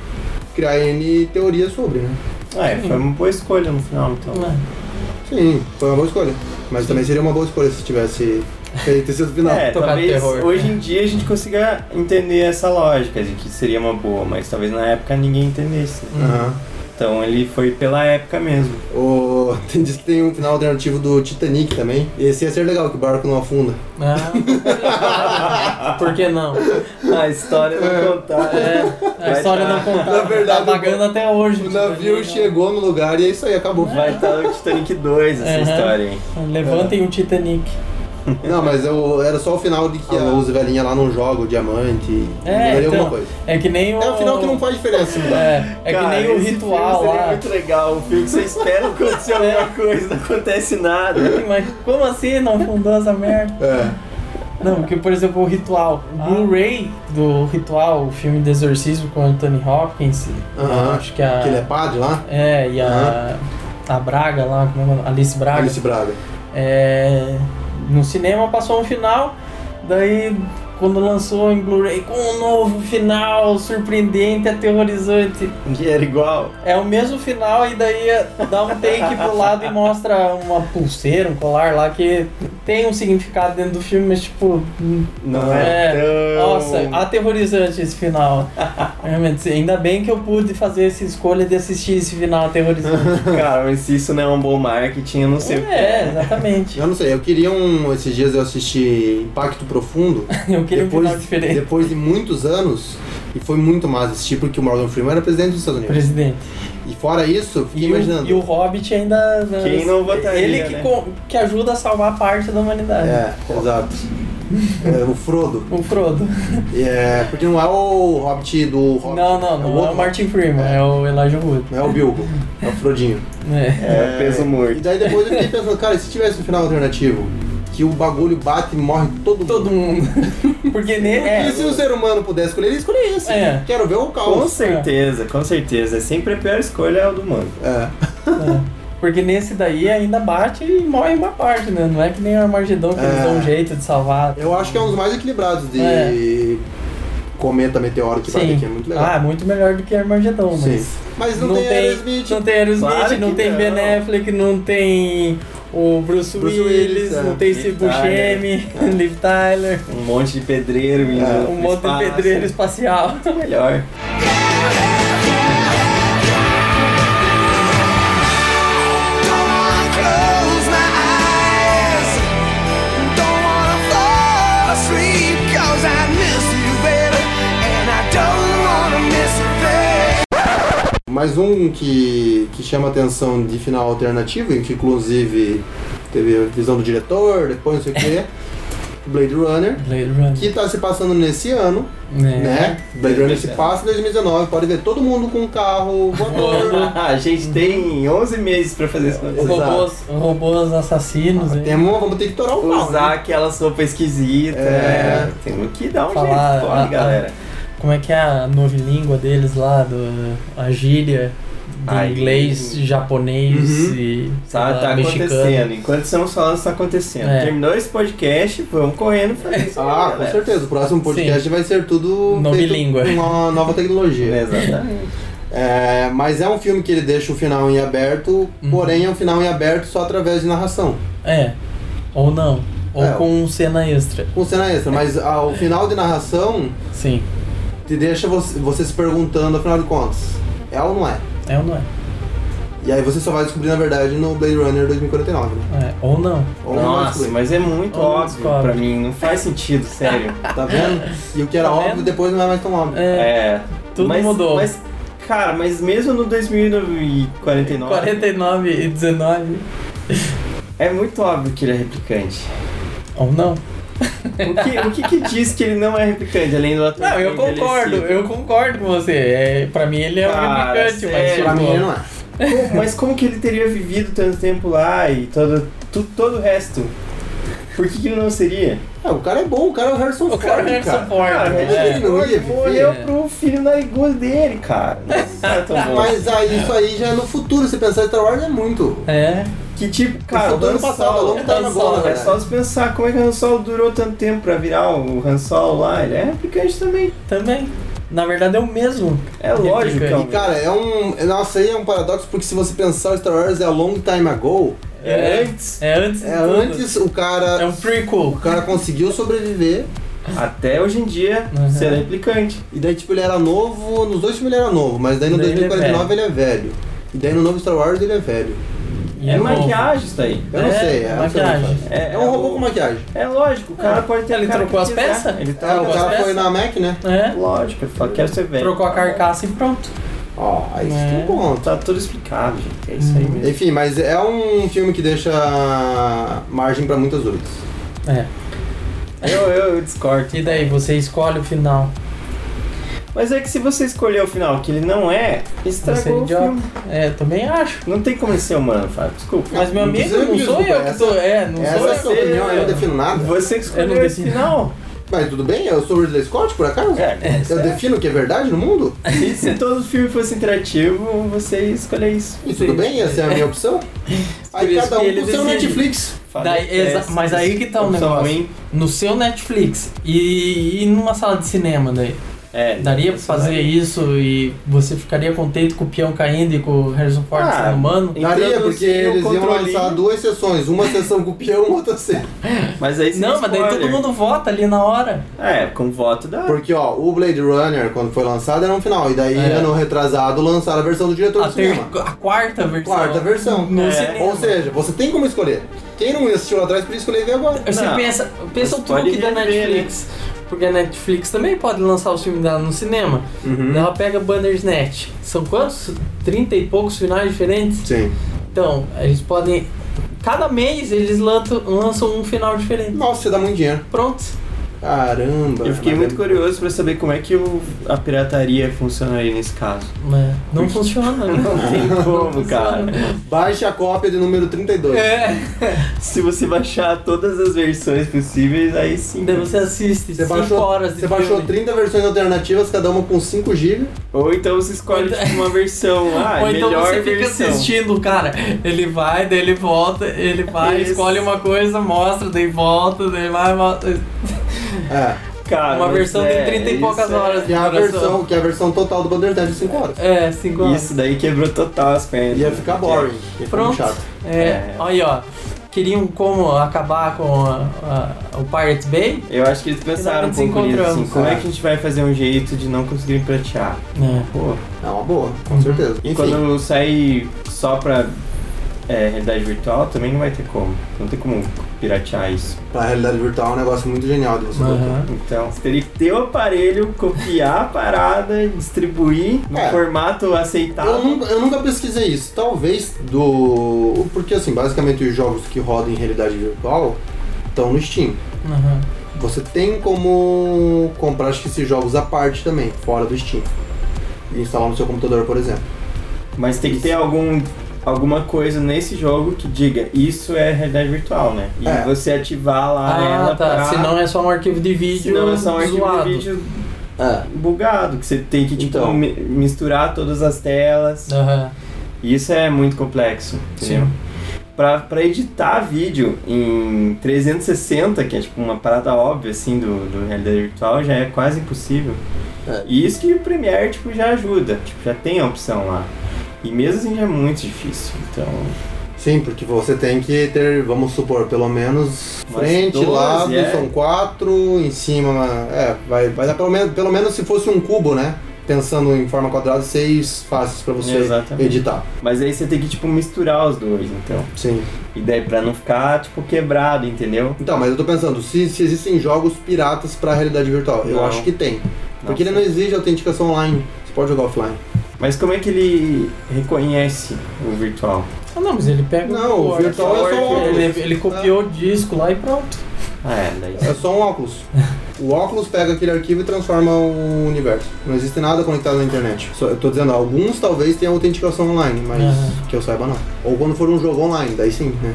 S1: criar N teorias sobre, né?
S2: Ah, é, foi uma boa escolha no final, então.
S3: É.
S1: Sim, foi uma boa escolha. Mas também seria uma boa escolha se tivesse feito esse outro final.
S2: É,
S3: tocar
S2: talvez
S3: terror.
S2: hoje em dia a gente consiga entender essa lógica de que seria uma boa, mas talvez na época ninguém entendesse. né?
S1: Aham.
S2: Então ele foi pela época mesmo.
S1: O, tem, diz que tem um final alternativo do Titanic também. Esse ia ser legal, que o barco não afunda.
S3: Ah, por que não?
S2: A história não contada.
S3: É, a
S2: Vai
S3: história
S2: tá-
S3: não contada.
S1: Na verdade,
S3: tá pagando até hoje. né?
S1: O navio chegou no lugar e é isso aí, acabou.
S2: Vai estar no Titanic 2 essa
S3: Aham.
S2: história, hein?
S3: Levantem o Titanic.
S1: Não, mas eu, era só o final de que a Rose velhinha lá não joga o diamante.
S3: É,
S1: mudaria
S3: então,
S1: alguma coisa.
S3: É que nem o.
S1: É o final que não faz diferença né? se mudar.
S3: É, é
S2: Cara,
S3: que nem o
S2: esse
S3: ritual
S2: filme seria
S3: lá. É.
S2: muito legal. Um filme que você espera acontecer alguma coisa, não acontece nada.
S3: Mas como assim? Não fundou essa merda?
S1: É.
S3: Não, porque, por exemplo, o ritual. O
S2: Ah.
S3: Blu-ray do ritual, o filme do exorcismo com Anthony Hopkins.
S1: Aham.
S3: Acho que a.
S1: Que ele é padre lá?
S3: É, e a. A Braga lá, como é o nome? Alice Braga.
S1: Alice Braga.
S3: É, no cinema passou um final, daí quando lançou em Blu-ray com um novo final surpreendente, aterrorizante.
S2: Que era igual.
S3: É o mesmo final e daí dá um take pro lado e mostra uma pulseira, um colar lá que tem um significado dentro do filme, mas tipo,
S2: Não
S3: É,
S2: é, tão...
S3: nossa, aterrorizante esse final. Realmente, ainda bem que eu pude fazer essa escolha de assistir esse final aterrorizante.
S2: Cara, mas se isso não é um bom marketing, eu não sei o que
S3: É, exatamente.
S1: Eu não sei, eu queria um. Esses dias eu assisti Impacto Profundo.
S3: Eu queria um final
S1: depois,
S3: diferente.
S1: depois de muitos anos. E foi muito massa assistir porque o Morgan Freeman era presidente dos Estados Unidos.
S3: Presidente.
S1: E fora isso, eu fiquei
S3: E o,
S1: imaginando.
S3: e o Hobbit ainda. né,
S2: Quem não votaria,
S3: Ele que,
S2: né?
S3: co- que ajuda a salvar parte da humanidade.
S1: É, exato. É, o Frodo.
S3: O Frodo.
S1: É, porque não é o Hobbit do Hobbit.
S3: Não, não,
S1: é o
S3: não é
S1: outro,
S3: o Martin Freeman, é, o Elijah Wood.
S1: Não é o Bilbo. É o Frodinho.
S3: É.
S2: É, peso
S1: E
S2: morto.
S1: daí depois eu fiquei pensando, cara, e se tivesse um final alternativo? Que o bagulho bate e morre todo,
S3: Todo mundo. Porque nele. É,
S1: E se o ser humano pudesse escolher, ele escolheria esse.
S3: É.
S1: Quero ver o
S2: Com
S1: caos.
S2: certeza, com certeza. É sempre a pior escolha é o do mano.
S1: É.
S3: é. Porque nesse daí ainda bate e morre uma parte, né? Não é que nem a Margedão que eles
S1: É.
S3: dão um jeito de salvar.
S1: Eu acho que é um dos mais equilibrados de
S3: É.
S1: cometa, meteoro que bate
S3: Sim.
S1: aqui. É muito legal.
S3: Ah, muito melhor do que a Margedão, mas.
S1: Sim. Mas não, tem Aerosmith.
S3: Não tem Aerosmith,
S2: Claro que
S3: não tem
S2: não.
S3: Ben Affleck, não tem o Bruce,
S1: Bruce
S3: Willis,
S1: Willis, é.
S3: o Tacy
S2: Liv Tyler.
S3: Buscemi, Liv Tyler,
S2: Um monte de pedreiro indo
S1: É,
S2: pro
S3: um monte de
S2: espaço. é
S3: pedreiro espacial.
S2: Melhor.
S1: Mais um que, que chama atenção de final alternativo, e que inclusive teve a visão do diretor, depois não sei o quê, Blade Runner,
S3: Blade Runner.
S1: que tá se passando nesse ano,
S3: Né?
S1: né? Blade Runner se passa em 2019, pode ver todo mundo com um carro voador.
S2: a gente tem 11 meses pra fazer isso.
S1: Exato. Ah, um-
S3: Robôs, robôs assassinos, hein?
S1: Temos, vamos ter que torar o pau.
S2: Usar
S1: né?
S2: aquela sopa esquisita.
S1: É.
S2: né? Tem que dar um
S3: Falar- ah,
S2: jeito. Corre,
S3: a-
S2: galera.
S3: Como é que é a novilíngua deles lá, do, a gíria do
S2: Ai.
S3: inglês, japonês
S1: Uhum.
S3: e sei
S2: Tá,
S3: lá,
S2: tá
S3: mexicano.
S2: acontecendo. Enquanto estamos falando, tá acontecendo.
S3: É.
S2: Terminou esse podcast, vamos correndo fazer isso. aí,
S1: Ah, com
S2: galera.
S1: certeza. O próximo podcast vai ser tudo
S3: Não
S1: feito
S3: bilíngue.
S1: com uma nova tecnologia.
S2: Exatamente.
S1: É, mas é um filme que ele deixa o final em aberto,
S3: Uhum.
S1: porém é um final em aberto só através de narração.
S3: É, ou não. Ou
S1: É.
S3: com cena extra,
S1: Com cena extra, mas ah, o final de narração
S3: sim.
S1: te deixa você, você se perguntando, afinal de contas, é ou não é?
S3: É ou não é?
S1: E aí você só vai descobrir, na verdade, no Blade Runner 2049, né?
S3: É, ou não.
S1: Ou não vai
S2: Nossa,
S1: descobrir.
S2: mas é muito
S3: Ou
S2: óbvio
S3: descobre.
S2: pra mim. Não faz sentido, sério.
S1: Tá vendo? E o que era
S3: Tá
S1: óbvio,
S3: vendo?
S1: depois não é mais tão óbvio.
S3: É,
S2: É.
S3: Tudo
S2: mas-
S3: mudou.
S2: Mas, cara, mas mesmo no 2049,
S3: 49 e 19,
S2: é muito óbvio que ele é replicante.
S3: ou não.
S2: O que, o que que diz que ele não é replicante, além do ator?
S3: Não, eu
S2: ter
S3: concordo,
S2: envelhecido?
S3: eu concordo com você. É, pra mim ele é um
S2: Cara,
S3: replicante, mas
S2: sério,
S1: Pra mim não é.
S2: Como- mas como que ele teria vivido tanto tempo lá e todo, tu- todo o resto? Por que, que ele não seria?
S1: É, O cara é bom, o cara é o Harrison
S3: o
S1: Ford,
S3: cara é Harrison Ford.
S1: ele
S3: né?
S1: é
S2: ele
S1: não ia
S2: olhou-
S1: viver.
S2: olhou pro filho narigudo dele, cara. Nossa, é tão bom.
S1: Mas aí, isso aí já é no futuro, se pensar em Star Wars é muito.
S3: É,
S2: Que tipo, cara,
S1: Isso do
S2: o Han
S1: ano passado,
S2: Solo-
S1: ao longo né? da
S2: Han
S1: bola,
S2: Solo,
S1: na
S2: É
S1: verdade.
S2: só se pensar como é que o Han Solo durou tanto tempo pra virar o Han Solo lá. Ele é replicante também.
S3: também. Na verdade é o mesmo.
S2: É
S3: Replicante.
S2: lógico. que é o
S1: E cara, é um. Nossa, aí é um paradoxo, porque se você pensar Star Wars é a long time ago,
S2: É antes.
S3: É antes.
S1: é
S3: de tudo.
S1: antes o cara.
S3: É um prequel.
S1: O cara conseguiu sobreviver.
S2: Até hoje em dia,
S3: Uhum.
S2: ser replicante.
S1: E daí, tipo, ele era novo. Nos dois filmes ele era novo, mas daí no
S3: Daí ele é
S1: 2049 ele é, velho. E daí no novo Star Wars ele é velho.
S3: E
S2: é
S3: novo.
S2: maquiagem isso daí.
S1: Eu não
S3: É,
S1: sei, é.
S3: maquiagem.
S1: É, é um robô com maquiagem.
S2: É lógico, o cara pode ter.
S3: Ah. Ele
S2: a cara
S3: trocou
S2: que
S3: as
S2: quiser.
S3: peças?
S2: Ele
S1: É,
S2: tá.
S1: o cara
S3: peça.
S1: foi na Mac, né?
S3: É.
S2: Lógico, ele fala, quero ser velho.
S3: Trocou a carcaça e pronto.
S1: Ó, aí isso
S3: É.
S1: é. bom.
S2: Tá tudo explicado, gente. É isso aí
S3: Uhum.
S2: mesmo.
S1: Enfim, mas é um filme que deixa margem pra muitas dúvidas.
S3: É.
S2: Eu, eu, eu discordo.
S3: E daí, você escolhe o final.
S2: Mas é que se você escolher o final que ele não é,
S3: Você é
S2: estragou o
S3: idiota.
S2: filme.
S3: É, também acho.
S2: Não tem como ele ser humano, Fábio. Desculpa.
S3: Mas meu
S1: Não
S3: amigo,
S1: precisa
S3: não
S1: disso,
S3: sou eu que
S1: essa-
S3: tô. É, não
S1: Essa
S3: sou
S1: é a sua
S2: você,
S1: opinião, eu não defino nada.
S2: Você que
S3: Eu
S2: escolheu
S3: não
S2: esse
S3: decidi.
S2: final.
S1: Mas tudo bem, eu sou o Ridley Scott, por acaso?
S2: É,
S1: Eu defino o que é verdade no mundo?
S2: E se todo o filme fosse interativo, você ia escolher isso.
S1: E tudo bem, essa é a minha opção.
S3: Por
S1: Aí
S3: isso
S1: cada
S3: que
S1: um
S3: ele
S1: com seu
S3: decide.
S1: Netflix.
S3: Daí,
S2: é
S3: exa- mas aí que tá o
S2: Opção
S3: negócio.
S2: ruim.
S3: No seu Netflix e, e numa sala de cinema daí.
S2: É,
S3: Daria pra fazer
S2: daria.
S3: isso e você ficaria contente com o peão caindo e com o Harrison Ford
S2: Ah,
S3: sendo humano?
S1: Daria, porque
S2: Introduzir o
S1: eles iam
S2: controlinho.
S1: lançar duas sessões, uma sessão com o peão, outra sem.
S2: Mas aí você
S3: Não, mas daí
S2: escolhe.
S3: todo mundo vota ali na hora.
S2: É, com voto da.
S1: Porque, ó, o Blade Runner, quando foi lançado, era um final. E daí,
S3: É.
S1: ano retrasado, lançaram a versão do diretor
S3: A,
S1: do
S3: ter-
S1: cinema.
S3: a quarta versão.
S1: Quarta versão.
S3: No
S2: É.
S3: cinema.
S1: Ou seja, você tem como escolher. Quem não assistiu lá atrás, por isso escolher ver agora.
S3: Você
S2: Não,
S3: pensa, pensa o
S2: mas pode
S3: truque da
S2: rever,
S3: Netflix. Porque a Netflix também pode lançar os filmes dela no cinema.
S1: Hum.
S3: Ela pega Bandersnatch. São quantos? Trinta e poucos finais diferentes?
S1: Sim.
S3: Então, eles podem. Cada mês eles lançam, lançam um final diferente.
S1: Nossa, você dá muito dinheiro.
S3: Pronto.
S1: Caramba.
S2: Eu fiquei
S1: Mas
S2: muito
S1: é-
S2: curioso pra saber como é que o- a pirataria funcionaria nesse caso.
S3: Mas não funciona. né?
S2: Não tem como, cara.
S1: Baixe a cópia de número 32.
S3: É.
S2: Se você baixar todas as versões possíveis, aí sim.
S3: Daí você assiste
S1: Você
S3: 5
S1: baixou,
S3: horas de
S1: você baixou
S3: filme.
S1: 30 versões alternativas, cada uma com 5 GB.
S2: Ou então você escolhe
S3: Ou então-
S2: tipo, uma versão. Ah,
S3: Ou então
S2: melhor
S3: você fica
S2: versão.
S3: assistindo, cara. Ele vai, daí ele volta, ele vai,
S2: Isso.
S3: escolhe uma coisa, mostra, daí volta, daí vai, volta.
S1: É.
S2: Cara,
S3: Uma
S2: mas
S3: versão de
S2: é,
S3: 30 e
S2: isso
S3: poucas
S2: é-
S3: horas.
S1: Que é a
S3: Olha só.
S1: versão, que é a versão total do Bandersnatch de 5 horas.
S3: É, 5 horas.
S2: Isso daí quebrou total as pernas.
S1: Ia ficar boring. Ia ficar muito
S3: Pronto.
S1: chato.
S3: É,
S2: É.
S3: olha aí, ó. queriam como acabar com a- a- o Pirate Bay.
S2: Eu acho que eles pensaram um
S3: Finalmente
S2: pouco nisso, assim,
S3: encontramos,
S2: como é
S1: cara.
S2: que a gente vai fazer um jeito de não conseguir pratear?
S3: né?
S2: Pô,
S1: É uma boa, com certeza.
S2: e quando eu sair só pra é, realidade virtual, também não vai ter como. Não tem como piratear isso.
S1: Pra realidade virtual é um negócio muito genial de você botar.
S3: Aham.
S2: Então, você teria que ter o aparelho, copiar a parada, distribuir no
S1: É. Um
S2: formato
S1: Eu
S2: aceitável.
S1: nunca, eu nunca pesquisei isso. Talvez do. Porque assim, basicamente os jogos que rodam em realidade virtual estão no Steam.
S3: aham.
S1: Você tem como comprar, acho que esses jogos à parte também, fora do Steam. E instalar no seu computador, por exemplo.
S2: Mas tem que ter algum, alguma coisa nesse jogo que diga isso é realidade virtual, né? E
S1: É.
S2: você ativar lá
S3: Ah,
S2: ela
S3: tá.
S2: pra...
S3: Se não é só um arquivo de vídeo.
S2: senão é só um arquivo
S3: zoado.
S2: de vídeo
S1: É.
S2: bugado, que você tem que tipo,
S1: Então.
S2: mi- misturar todas as telas.
S3: Aham.
S2: E Isso é muito complexo, entendeu? Pra, pra editar vídeo em 360, que é tipo uma parada óbvia assim do, do realidade virtual, já é quase impossível.
S1: É.
S2: E isso que o Premiere tipo, já ajuda, tipo, já tem a opção lá. E mesmo assim já é muito difícil. Então,
S1: Sim, porque você tem que ter, vamos supor, pelo menos
S2: Umas
S1: frente,
S2: 12,
S1: lado,
S2: é.
S1: são quatro, em cima. É, vai, vai dar pelo menos, pelo menos se fosse um cubo, né? Pensando em forma quadrada, seis faces pra você
S2: Exatamente.
S1: editar.
S2: mas aí você tem que tipo misturar os dois, então.
S1: Sim.
S2: E daí pra não ficar tipo quebrado, entendeu?
S1: Então, mas eu tô pensando, se, se existem jogos piratas pra realidade virtual, eu
S2: Não.
S1: acho que tem. Porque
S2: Nossa.
S1: ele não exige autenticação online. Você pode jogar offline.
S2: Mas como é que ele reconhece o virtual?
S3: Ah, não, mas ele pega
S1: Não, o
S3: arquivo,
S1: virtual
S2: é só um-
S3: Ele, ele copiou o disco lá e pronto.
S2: Ah, é, daí.
S1: É só um óculos. O óculos pega aquele arquivo e transforma o universo. Não existe nada conectado na internet. Só- eu tô dizendo, alguns talvez tenham autenticação online, mas
S3: Aham.
S1: que eu saiba não. Ou quando for um jogo online, daí sim, né?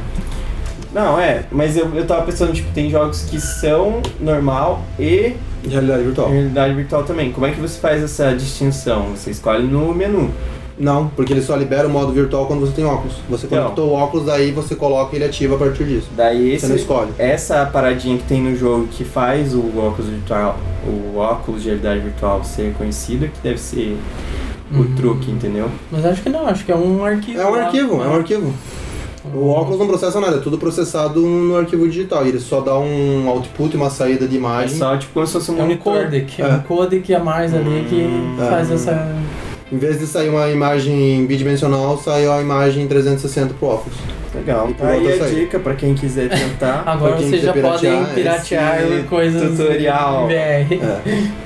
S2: Não, é, mas eu, eu tava pensando, tipo, tem jogos que são normal e
S1: De realidade virtual.
S2: realidade virtual também. Como é que você faz essa distinção? Você escolhe no menu.
S1: Não, porque ele só libera o modo virtual quando você tem óculos. Você
S2: Então.
S1: conectou o óculos, daí você coloca e ele ativa a partir disso.
S2: Daí
S1: Você não
S2: esse,
S1: escolhe.
S2: essa paradinha que tem no jogo que faz o óculos virtual, o óculos de realidade virtual ser conhecido, que deve ser
S3: Uhum.
S2: o truque, entendeu?
S3: Mas acho que não, acho que é um arquivo.
S1: É um
S3: lá.
S1: arquivo, é um arquivo. O óculos não processa nada, é tudo processado no arquivo digital. E ele só dá um output e uma saída de
S2: É
S1: imagem.
S2: só tipo como se fosse um
S3: É um
S2: monitor.
S3: codec, é,
S1: É.
S3: um codec a mais ali que
S2: Hum,
S3: faz
S1: é.
S3: essa.
S1: Em vez de sair uma imagem bidimensional, saiu a imagem 360 pro óculos.
S2: Legal.
S1: E por
S2: Aí
S1: outra
S2: a
S1: saída.
S2: dica pra quem quiser tentar.
S3: Agora
S1: quem
S3: vocês já
S1: quiser
S3: podem
S1: piratear
S3: piratear
S2: esse
S3: coisas.
S2: tutorial.
S3: VR.
S1: É.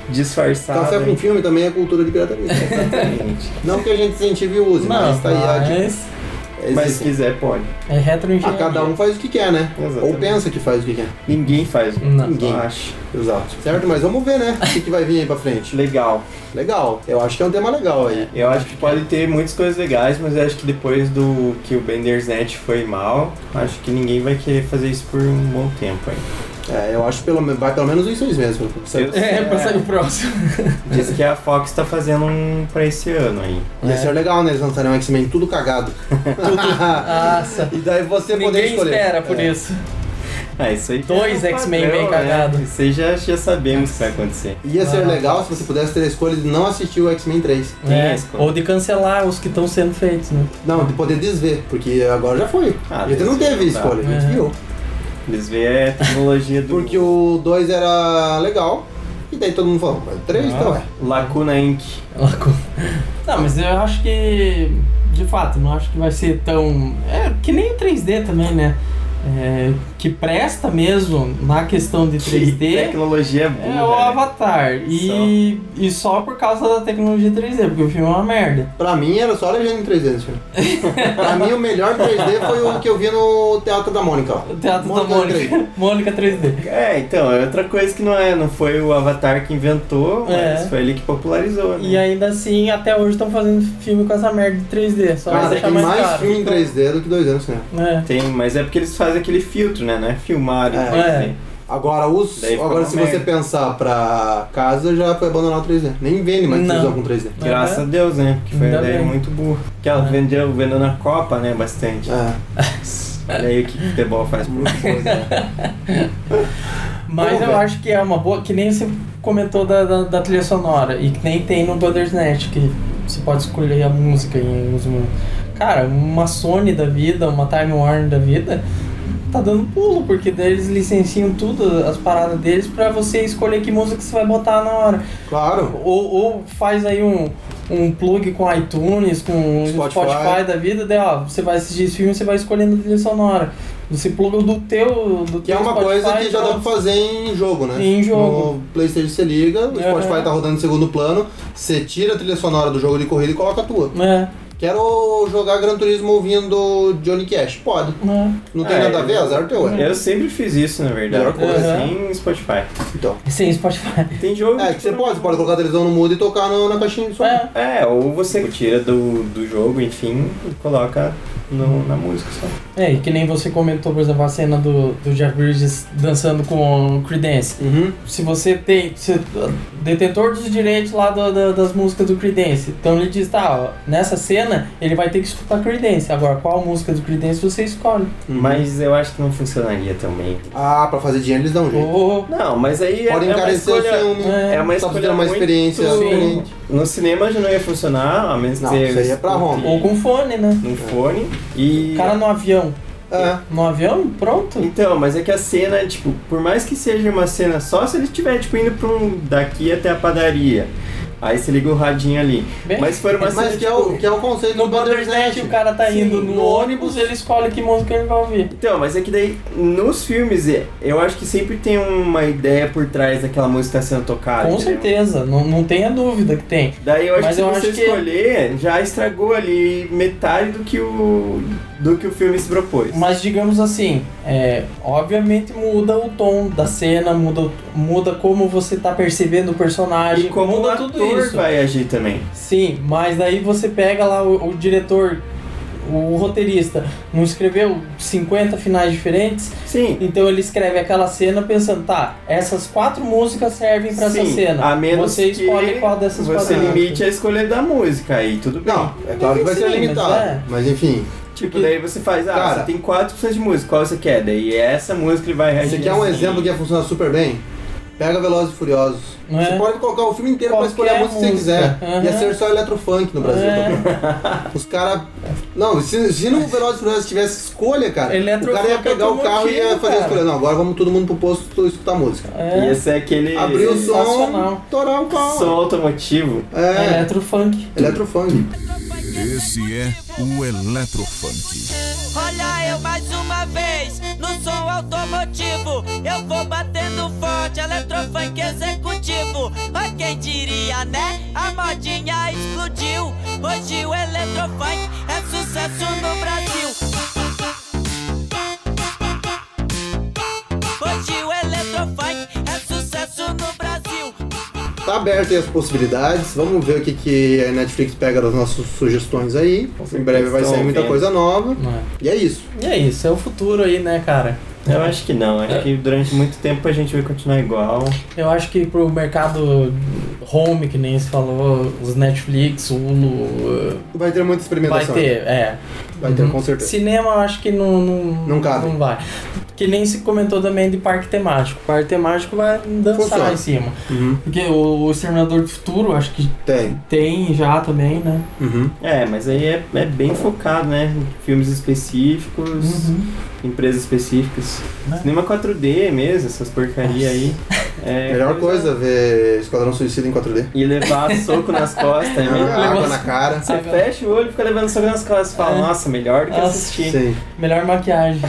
S2: disfarçado.
S1: Café com filme também Então é cultura de pirataria.
S2: Exatamente.
S1: Não que a gente incentive o uso,
S3: Não,
S1: mas tá aí a dica.
S3: mas
S2: Mas se
S1: Existe.
S2: quiser, pode.
S3: é
S1: Ah,
S3: retroengenharia.
S1: cada um faz o que quer, né?
S2: Exatamente.
S1: Ou pensa que faz o que quer.
S2: Ninguém faz.
S3: Não.
S2: Ninguém.
S1: Ninguém.
S2: acha.
S1: Exato. Certo? Mas vamos ver, né? O que, que vai vir aí pra frente.
S2: Legal.
S1: Legal. Eu acho que é um tema legal aí.
S2: Eu acho que pode ter muitas coisas legais, mas eu acho que depois do que o Bender's Net foi mal, acho que ninguém vai querer fazer isso por um bom tempo aí.
S1: É, eu acho que pelo, men- vai pelo menos uns seis meses. meu.
S2: Eu-
S3: É, pra sair o próximo.
S2: Diz que a Fox tá fazendo um pra esse ano aí.
S1: Ia ser legal, né? Eles lançarem um X-Men tudo cagado.
S3: Nossa.
S1: E daí Ah. você poder
S3: Ninguém
S1: escolher.
S3: espera por
S1: É.
S3: isso.
S2: Ah, isso aí.
S3: Dois
S2: é um
S3: X-Men
S2: padrão,
S3: bem
S2: né?
S3: cagados.
S2: Isso aí já, já sabemos o que vai acontecer.
S1: Ia ser
S3: Ah.
S1: legal se você pudesse ter a escolha de não assistir o X-Men 3.
S2: Tem
S3: É,
S2: esse conto.
S3: Ou de cancelar os que estão sendo feitos, né?
S1: Não, de poder desver, porque agora já foi.
S2: Ah,
S1: a gente não
S2: desver,
S1: teve
S2: tá.
S1: escolha, a gente
S3: É.
S1: viu.
S2: Eles vê a tecnologia do.
S1: Porque o 2 era legal, e daí todo mundo falou, mas 3
S3: Ah.
S1: então é.
S2: Lacuna Inc.
S3: Ela co- Não, mas eu acho que. De fato, não acho que vai ser tão. É, que nem o 3D também, né? É, que presta mesmo na questão de
S2: Que
S3: 3D
S2: Tecnologia burra.
S3: é o
S2: né?
S3: Avatar. E e só por causa da tecnologia 3D, porque o filme é uma merda.
S1: Pra mim era só Legenda em 3D nesse filme. né, pra mim o melhor 3D foi o que eu vi no Teatro da Mônica. lá.
S3: O teatro da
S1: Mônica
S3: Mônica. Mônica 3D.
S2: É, então, é outra coisa que não é, não foi o Avatar que inventou, mas
S3: É.
S2: foi ele que popularizou, né?
S3: E ainda assim, até hoje estão fazendo filme com essa merda de 3D. Só pra
S1: Cara,
S3: deixar
S1: tem
S3: mais,
S1: é mais,
S3: caro.
S1: filme em 3D do que 2 anos, né?
S3: É.
S2: Tem, mas é porque eles fazem aquele filtro, né? Não é filmar.
S1: É.
S2: né?
S1: Agora os.
S2: Daí ficou
S1: Agora
S2: uma
S1: se você
S2: merda.
S1: pensar pra casa, já foi abandonar o 3D. Nem vende mais
S3: Não.
S1: televisão com 3D.
S2: Graças a Deus, né? Porque foi
S3: Ainda
S2: uma ideia
S3: bem.
S2: muito burra. Que ela
S3: É.
S2: vendeu, vendeu na Copa, né? Bastante.
S1: É. né?
S2: Olha aí o que o futebol faz por coisa.
S3: Mas
S1: Vamos
S3: eu
S1: ver.
S3: acho que é uma boa, que nem você comentou da, da, da trilha sonora, e que nem tem no Bandersnet, que você pode escolher a música em alguns momentos. Cara, uma Sony da vida, uma Time Warner da vida, tá dando pulo, porque daí eles licenciam tudo, as paradas deles, pra você escolher que música você vai botar na hora.
S1: Claro.
S3: Ou, ou faz aí um, um plug com iTunes, com o
S1: Spotify.
S3: Spotify. da vida, daí ó, você vai assistir esse filme e você vai escolhendo a trilha sonora. Você pluga o do teu. Do
S1: Que é
S3: teu
S1: uma
S3: Spotify
S1: coisa que já
S3: pra-
S1: dá pra fazer em jogo, né?
S3: Em jogo.
S1: No Playstation você liga, o
S3: É.
S1: Spotify tá rodando em segundo plano, você tira a trilha sonora do jogo de corrida e coloca a tua.
S3: É,
S1: Quero jogar Gran Turismo ouvindo Johnny Cash. Pode.
S3: é.
S1: Não tem
S2: Ah,
S1: nada a
S2: é.
S1: ver, azar teu, é.
S2: Eu sempre fiz isso, na verdade.
S1: Melhor coisa.
S2: Sem Spotify.
S1: Então.
S3: Sem Spotify.
S2: Tem jogo.
S1: É, que você pode, você pode colocar a televisão no mudo e tocar no- na caixinha de som.
S3: É.
S2: É, ou você tira do, do jogo, enfim, e coloca no, na música só.
S1: Uhum.
S3: É, e que nem você comentou, por exemplo, a cena do, do Jeff Bridges dançando com o Creedence.
S1: Uhum.
S3: Se você tem. se- detentor dos direitos lá do- do- das músicas do Creedence. Então ele diz, tá, ó, nessa cena ele vai ter que escutar Creedence. Agora, qual música do Creedence você escolhe?
S2: Mas eu acho que não funcionaria também.
S1: Ah, pra fazer dinheiro eles dão um jeito.
S3: Ou
S2: Não, mas aí é,
S1: Pode
S2: é uma
S1: encarecer o
S2: escolha...
S1: filme.
S3: É,
S2: É uma
S1: Tá
S2: escolha
S1: fazendo uma
S2: muito-
S1: experiência
S3: Sim.
S1: diferente.
S2: No cinema já não ia funcionar, a menos que
S1: Não,
S2: você
S1: isso aí é pra
S2: escute
S1: home.
S3: ou com fone, né?
S2: Num fone. E.
S3: O cara no avião.
S1: É.
S3: No avião, pronto.
S2: Então, mas é que a cena, tipo, por mais que seja uma cena só, se ele estiver, tipo, indo pra um, daqui até a padaria. Aí você liga o radinho ali.
S3: Bem,
S2: mas se for uma cena. tipo,
S1: Mas que é, o, que é o conceito
S3: tipo, No
S1: do Bandersnatch.
S3: Bandersnatch o cara tá
S1: Sim,
S3: indo no,
S1: no
S3: ônibus,
S1: ônibus.
S3: ele escolhe que música ele vai ouvir.
S2: Então, mas é que daí, nos filmes, é, eu acho que sempre tem uma ideia por trás daquela música que tá sendo tocada.
S3: com
S2: entendeu?
S3: certeza, não, não tenha dúvida que tem.
S2: Daí eu acho
S3: Mas
S2: que se
S3: eu
S2: você
S3: acho que- é-
S2: escolher, já estragou ali metade do que o. do que o filme se propôs.
S3: Mas digamos assim, é, obviamente muda o tom da cena, muda, o- muda como você tá percebendo o personagem,
S2: E como
S3: muda
S2: o ator
S3: tudo isso.
S2: vai agir também.
S3: Sim, mas daí você pega lá o, o diretor, o roteirista, não escreveu 50 finais diferentes,
S2: Sim.
S3: então ele escreve aquela cena pensando, tá, essas quatro músicas servem pra essa
S2: Sim,
S3: cena.
S2: A menos
S3: você
S2: que
S3: escolhe qual dessas
S2: Você
S3: quatro
S2: limite
S3: músicas.
S2: a escolha da música, aí tudo bem.
S1: Não, é claro que vai
S3: Sim,
S1: ser
S3: mas
S1: limitado.
S3: é.
S1: Mas enfim,
S2: Tipo,
S1: Porque-
S2: daí você faz, ah,
S1: Cara-
S2: você tem quatro opções de música, qual você quer? Daí essa música ele vai reagir.
S1: você quer um
S2: assim.
S1: exemplo que ia funcionar super bem? Pega Velozes e Furiosos.
S3: Não
S1: Você
S3: é?
S1: pode colocar o filme inteiro
S3: Qualquer
S1: pra escolher a música, que você
S3: música.
S1: quiser. Ia
S3: Aham. É.
S1: ser só eletrofunk no Brasil. então. Os caras. Não, se, se no Velozes e Furiosos tivesse escolha, cara, o
S3: Eletrofunk
S1: cara ia
S3: é
S1: pegar o carro e ia
S3: automotivo,
S1: fazer a
S3: cara.
S1: escolha. Não, agora vamos todo mundo pro posto escutar música.
S3: É,
S2: Ia
S3: é,
S2: ser aquele.
S1: Abrir o som,
S3: Sensacional.
S1: torar o carro.
S2: Som automotivo.
S1: É,
S3: eletrofunk.
S1: eletrofunk.
S5: Esse é o Eletrofunk.
S6: Olha eu mais uma vez no som automotivo. Eu vou batendo forte, eletrofunk executivo. Mas quem diria, né? A modinha explodiu. Hoje o eletrofunk é sucesso no Brasil. Hoje o eletrofunk é sucesso no Brasil.
S1: Tá aberto aí as possibilidades. Vamos ver o que, que a Netflix pega das nossas sugestões aí. Em breve vai
S2: Estão
S1: sair muita
S2: vendo.
S1: coisa nova.
S3: Não é?
S1: E é isso.
S3: E é isso, é o futuro aí, né, cara?
S2: Eu acho que não, acho que durante muito tempo a gente vai continuar igual.
S3: Eu acho que pro mercado home, que nem se falou, os Netflix, o Hulu, eh,
S1: Vai ter muita
S3: vai
S1: experimentação.
S3: ter, é.
S1: Vai ter, com certeza.
S3: Cinema eu acho que não... Não,
S1: Não cabe.
S3: Não vai. Que nem se comentou também de parque temático. Parque temático vai dançar
S1: Funciona.
S3: em cima.
S1: Uhum.
S3: Porque o, o Exterminador do Futuro, acho que
S1: Tem.
S3: tem já também, né?
S1: Uhum.
S2: É, mas aí é, é bem focado, né? Filmes específicos,
S1: Uhum.
S2: empresas específicas.
S3: Uhum. Né?
S2: Cinema 4D mesmo, essas porcaria aí. É,
S1: Melhor coisa ver Esquadrão Suicida em 4D.
S2: E levar soco nas costas é melhor.
S1: Ah, água
S3: negócio-
S1: na cara.
S2: Você fecha o olho e fica levando soco nas costas. Fala,
S3: É.
S2: nossa, melhor do que
S3: Nossa.
S2: assistir.
S1: Sim.
S3: Melhor maquiagem.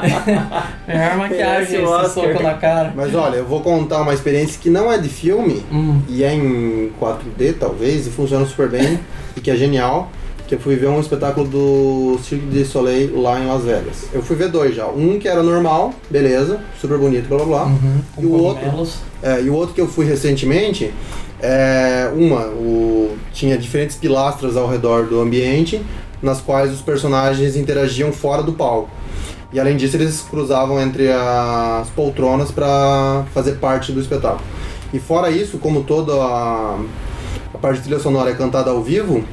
S3: Melhor
S2: Merece
S3: maquiagem, esse
S2: o Oscar.
S3: soco na cara.
S1: Mas olha, eu vou contar uma experiência que não é de filme,
S3: Hum.
S1: e é em 4D talvez, e funciona super bem, e que é genial, que eu fui ver um espetáculo do Cirque du Soleil lá em Las Vegas. Eu fui ver dois já. Um que era normal, beleza, super bonito, blá blá blá.
S3: Uhum. Com
S1: Ah, E o outro?
S3: cogumelos.
S1: É, e o outro que eu fui recentemente, é, uma, o, tinha diferentes pilastras ao redor do ambiente, nas quais os personagens interagiam fora do palco. E além disso, eles cruzavam entre as poltronas para fazer parte do espetáculo. E fora isso, como toda a, a parte de trilha sonora é cantada ao vivo,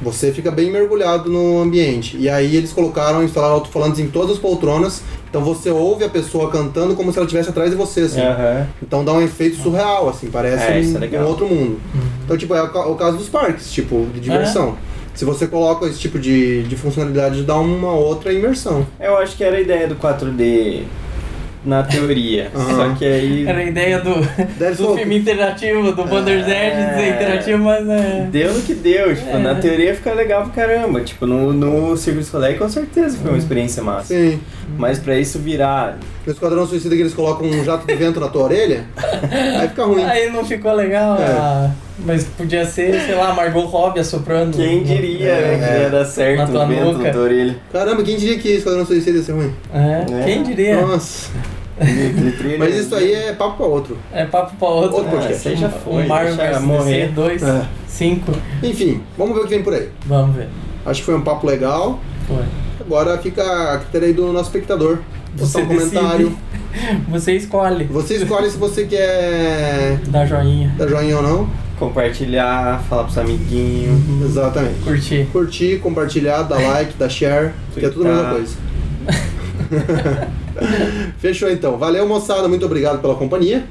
S1: você fica bem mergulhado no ambiente. E aí eles colocaram, instalaram alto-falantes em todas as poltronas, então você ouve a pessoa cantando como se ela estivesse atrás de você, assim.
S2: Aham.
S1: Então dá um efeito surreal, assim, parece
S2: Ah. É, isso é
S1: um,
S2: legal.
S1: um outro mundo. Então, tipo, é o, ca- o caso dos parques, tipo, de diversão. Se você coloca esse tipo de, de funcionalidade, dá uma outra imersão.
S2: Eu acho que era a ideia do 4D na teoria.
S1: Aham.
S2: Só que aí
S3: Era a ideia do,
S1: Deve
S2: um
S3: do filme interativo, do Bandersnatch
S2: É.
S3: é... interativo, mas é.
S2: deu no que deu. Tipo,
S3: É.
S2: na teoria fica legal pra caramba. Tipo, no, no Circuito Soleil com certeza
S3: Uhum.
S2: foi uma experiência massa.
S1: Sim.
S2: Mas pra isso virar.
S1: No Esquadrão Suicida que eles colocam um jato de vento na tua orelha, aí fica ruim.
S3: Aí não ficou legal,
S1: É.
S3: ah, mas podia ser, sei lá, Margot Robbie assoprando.
S2: Quem diria
S1: É,
S2: né, que
S1: é.
S2: ia dar certo
S3: Uhum. Na tua
S2: o vento
S3: nuca.
S2: da orelha?
S1: Caramba, quem diria que Esquadrão Suicida ia ser ruim?
S3: É,
S2: É.
S3: Quem diria?
S1: Nossa.
S2: Aquele trailer.
S1: Mas isso aí é papo pra outro.
S3: É papo pra outro.
S1: Outro
S3: né?
S2: Ah,
S1: podcast.
S2: isso aí já
S3: Um-
S2: foi.
S3: um Marvel
S2: deixa
S3: vs
S2: morrer. É.
S3: DC 2, 5.
S1: Enfim, vamos ver o que vem por aí.
S3: Vamos ver.
S1: Acho que foi um papo legal.
S3: Foi.
S1: Agora fica a critério aí do nosso espectador. Postar
S3: Você
S1: um comentário.
S3: Você escolhe
S1: Você escolhe se você quer
S3: dar joinha,
S1: dar joinha ou não.
S2: Compartilhar, falar pros amiguinhos.
S1: Exatamente.
S3: curtir.
S1: Curtir, compartilhar, dar like, dar share, que é tudo a mesma coisa. Fechou então. Valeu, moçada. Muito obrigado pela companhia.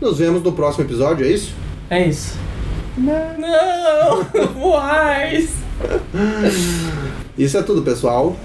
S1: Nos vemos no próximo episódio, é isso?
S3: É isso. Não, não, mais.
S1: Isso é tudo, pessoal.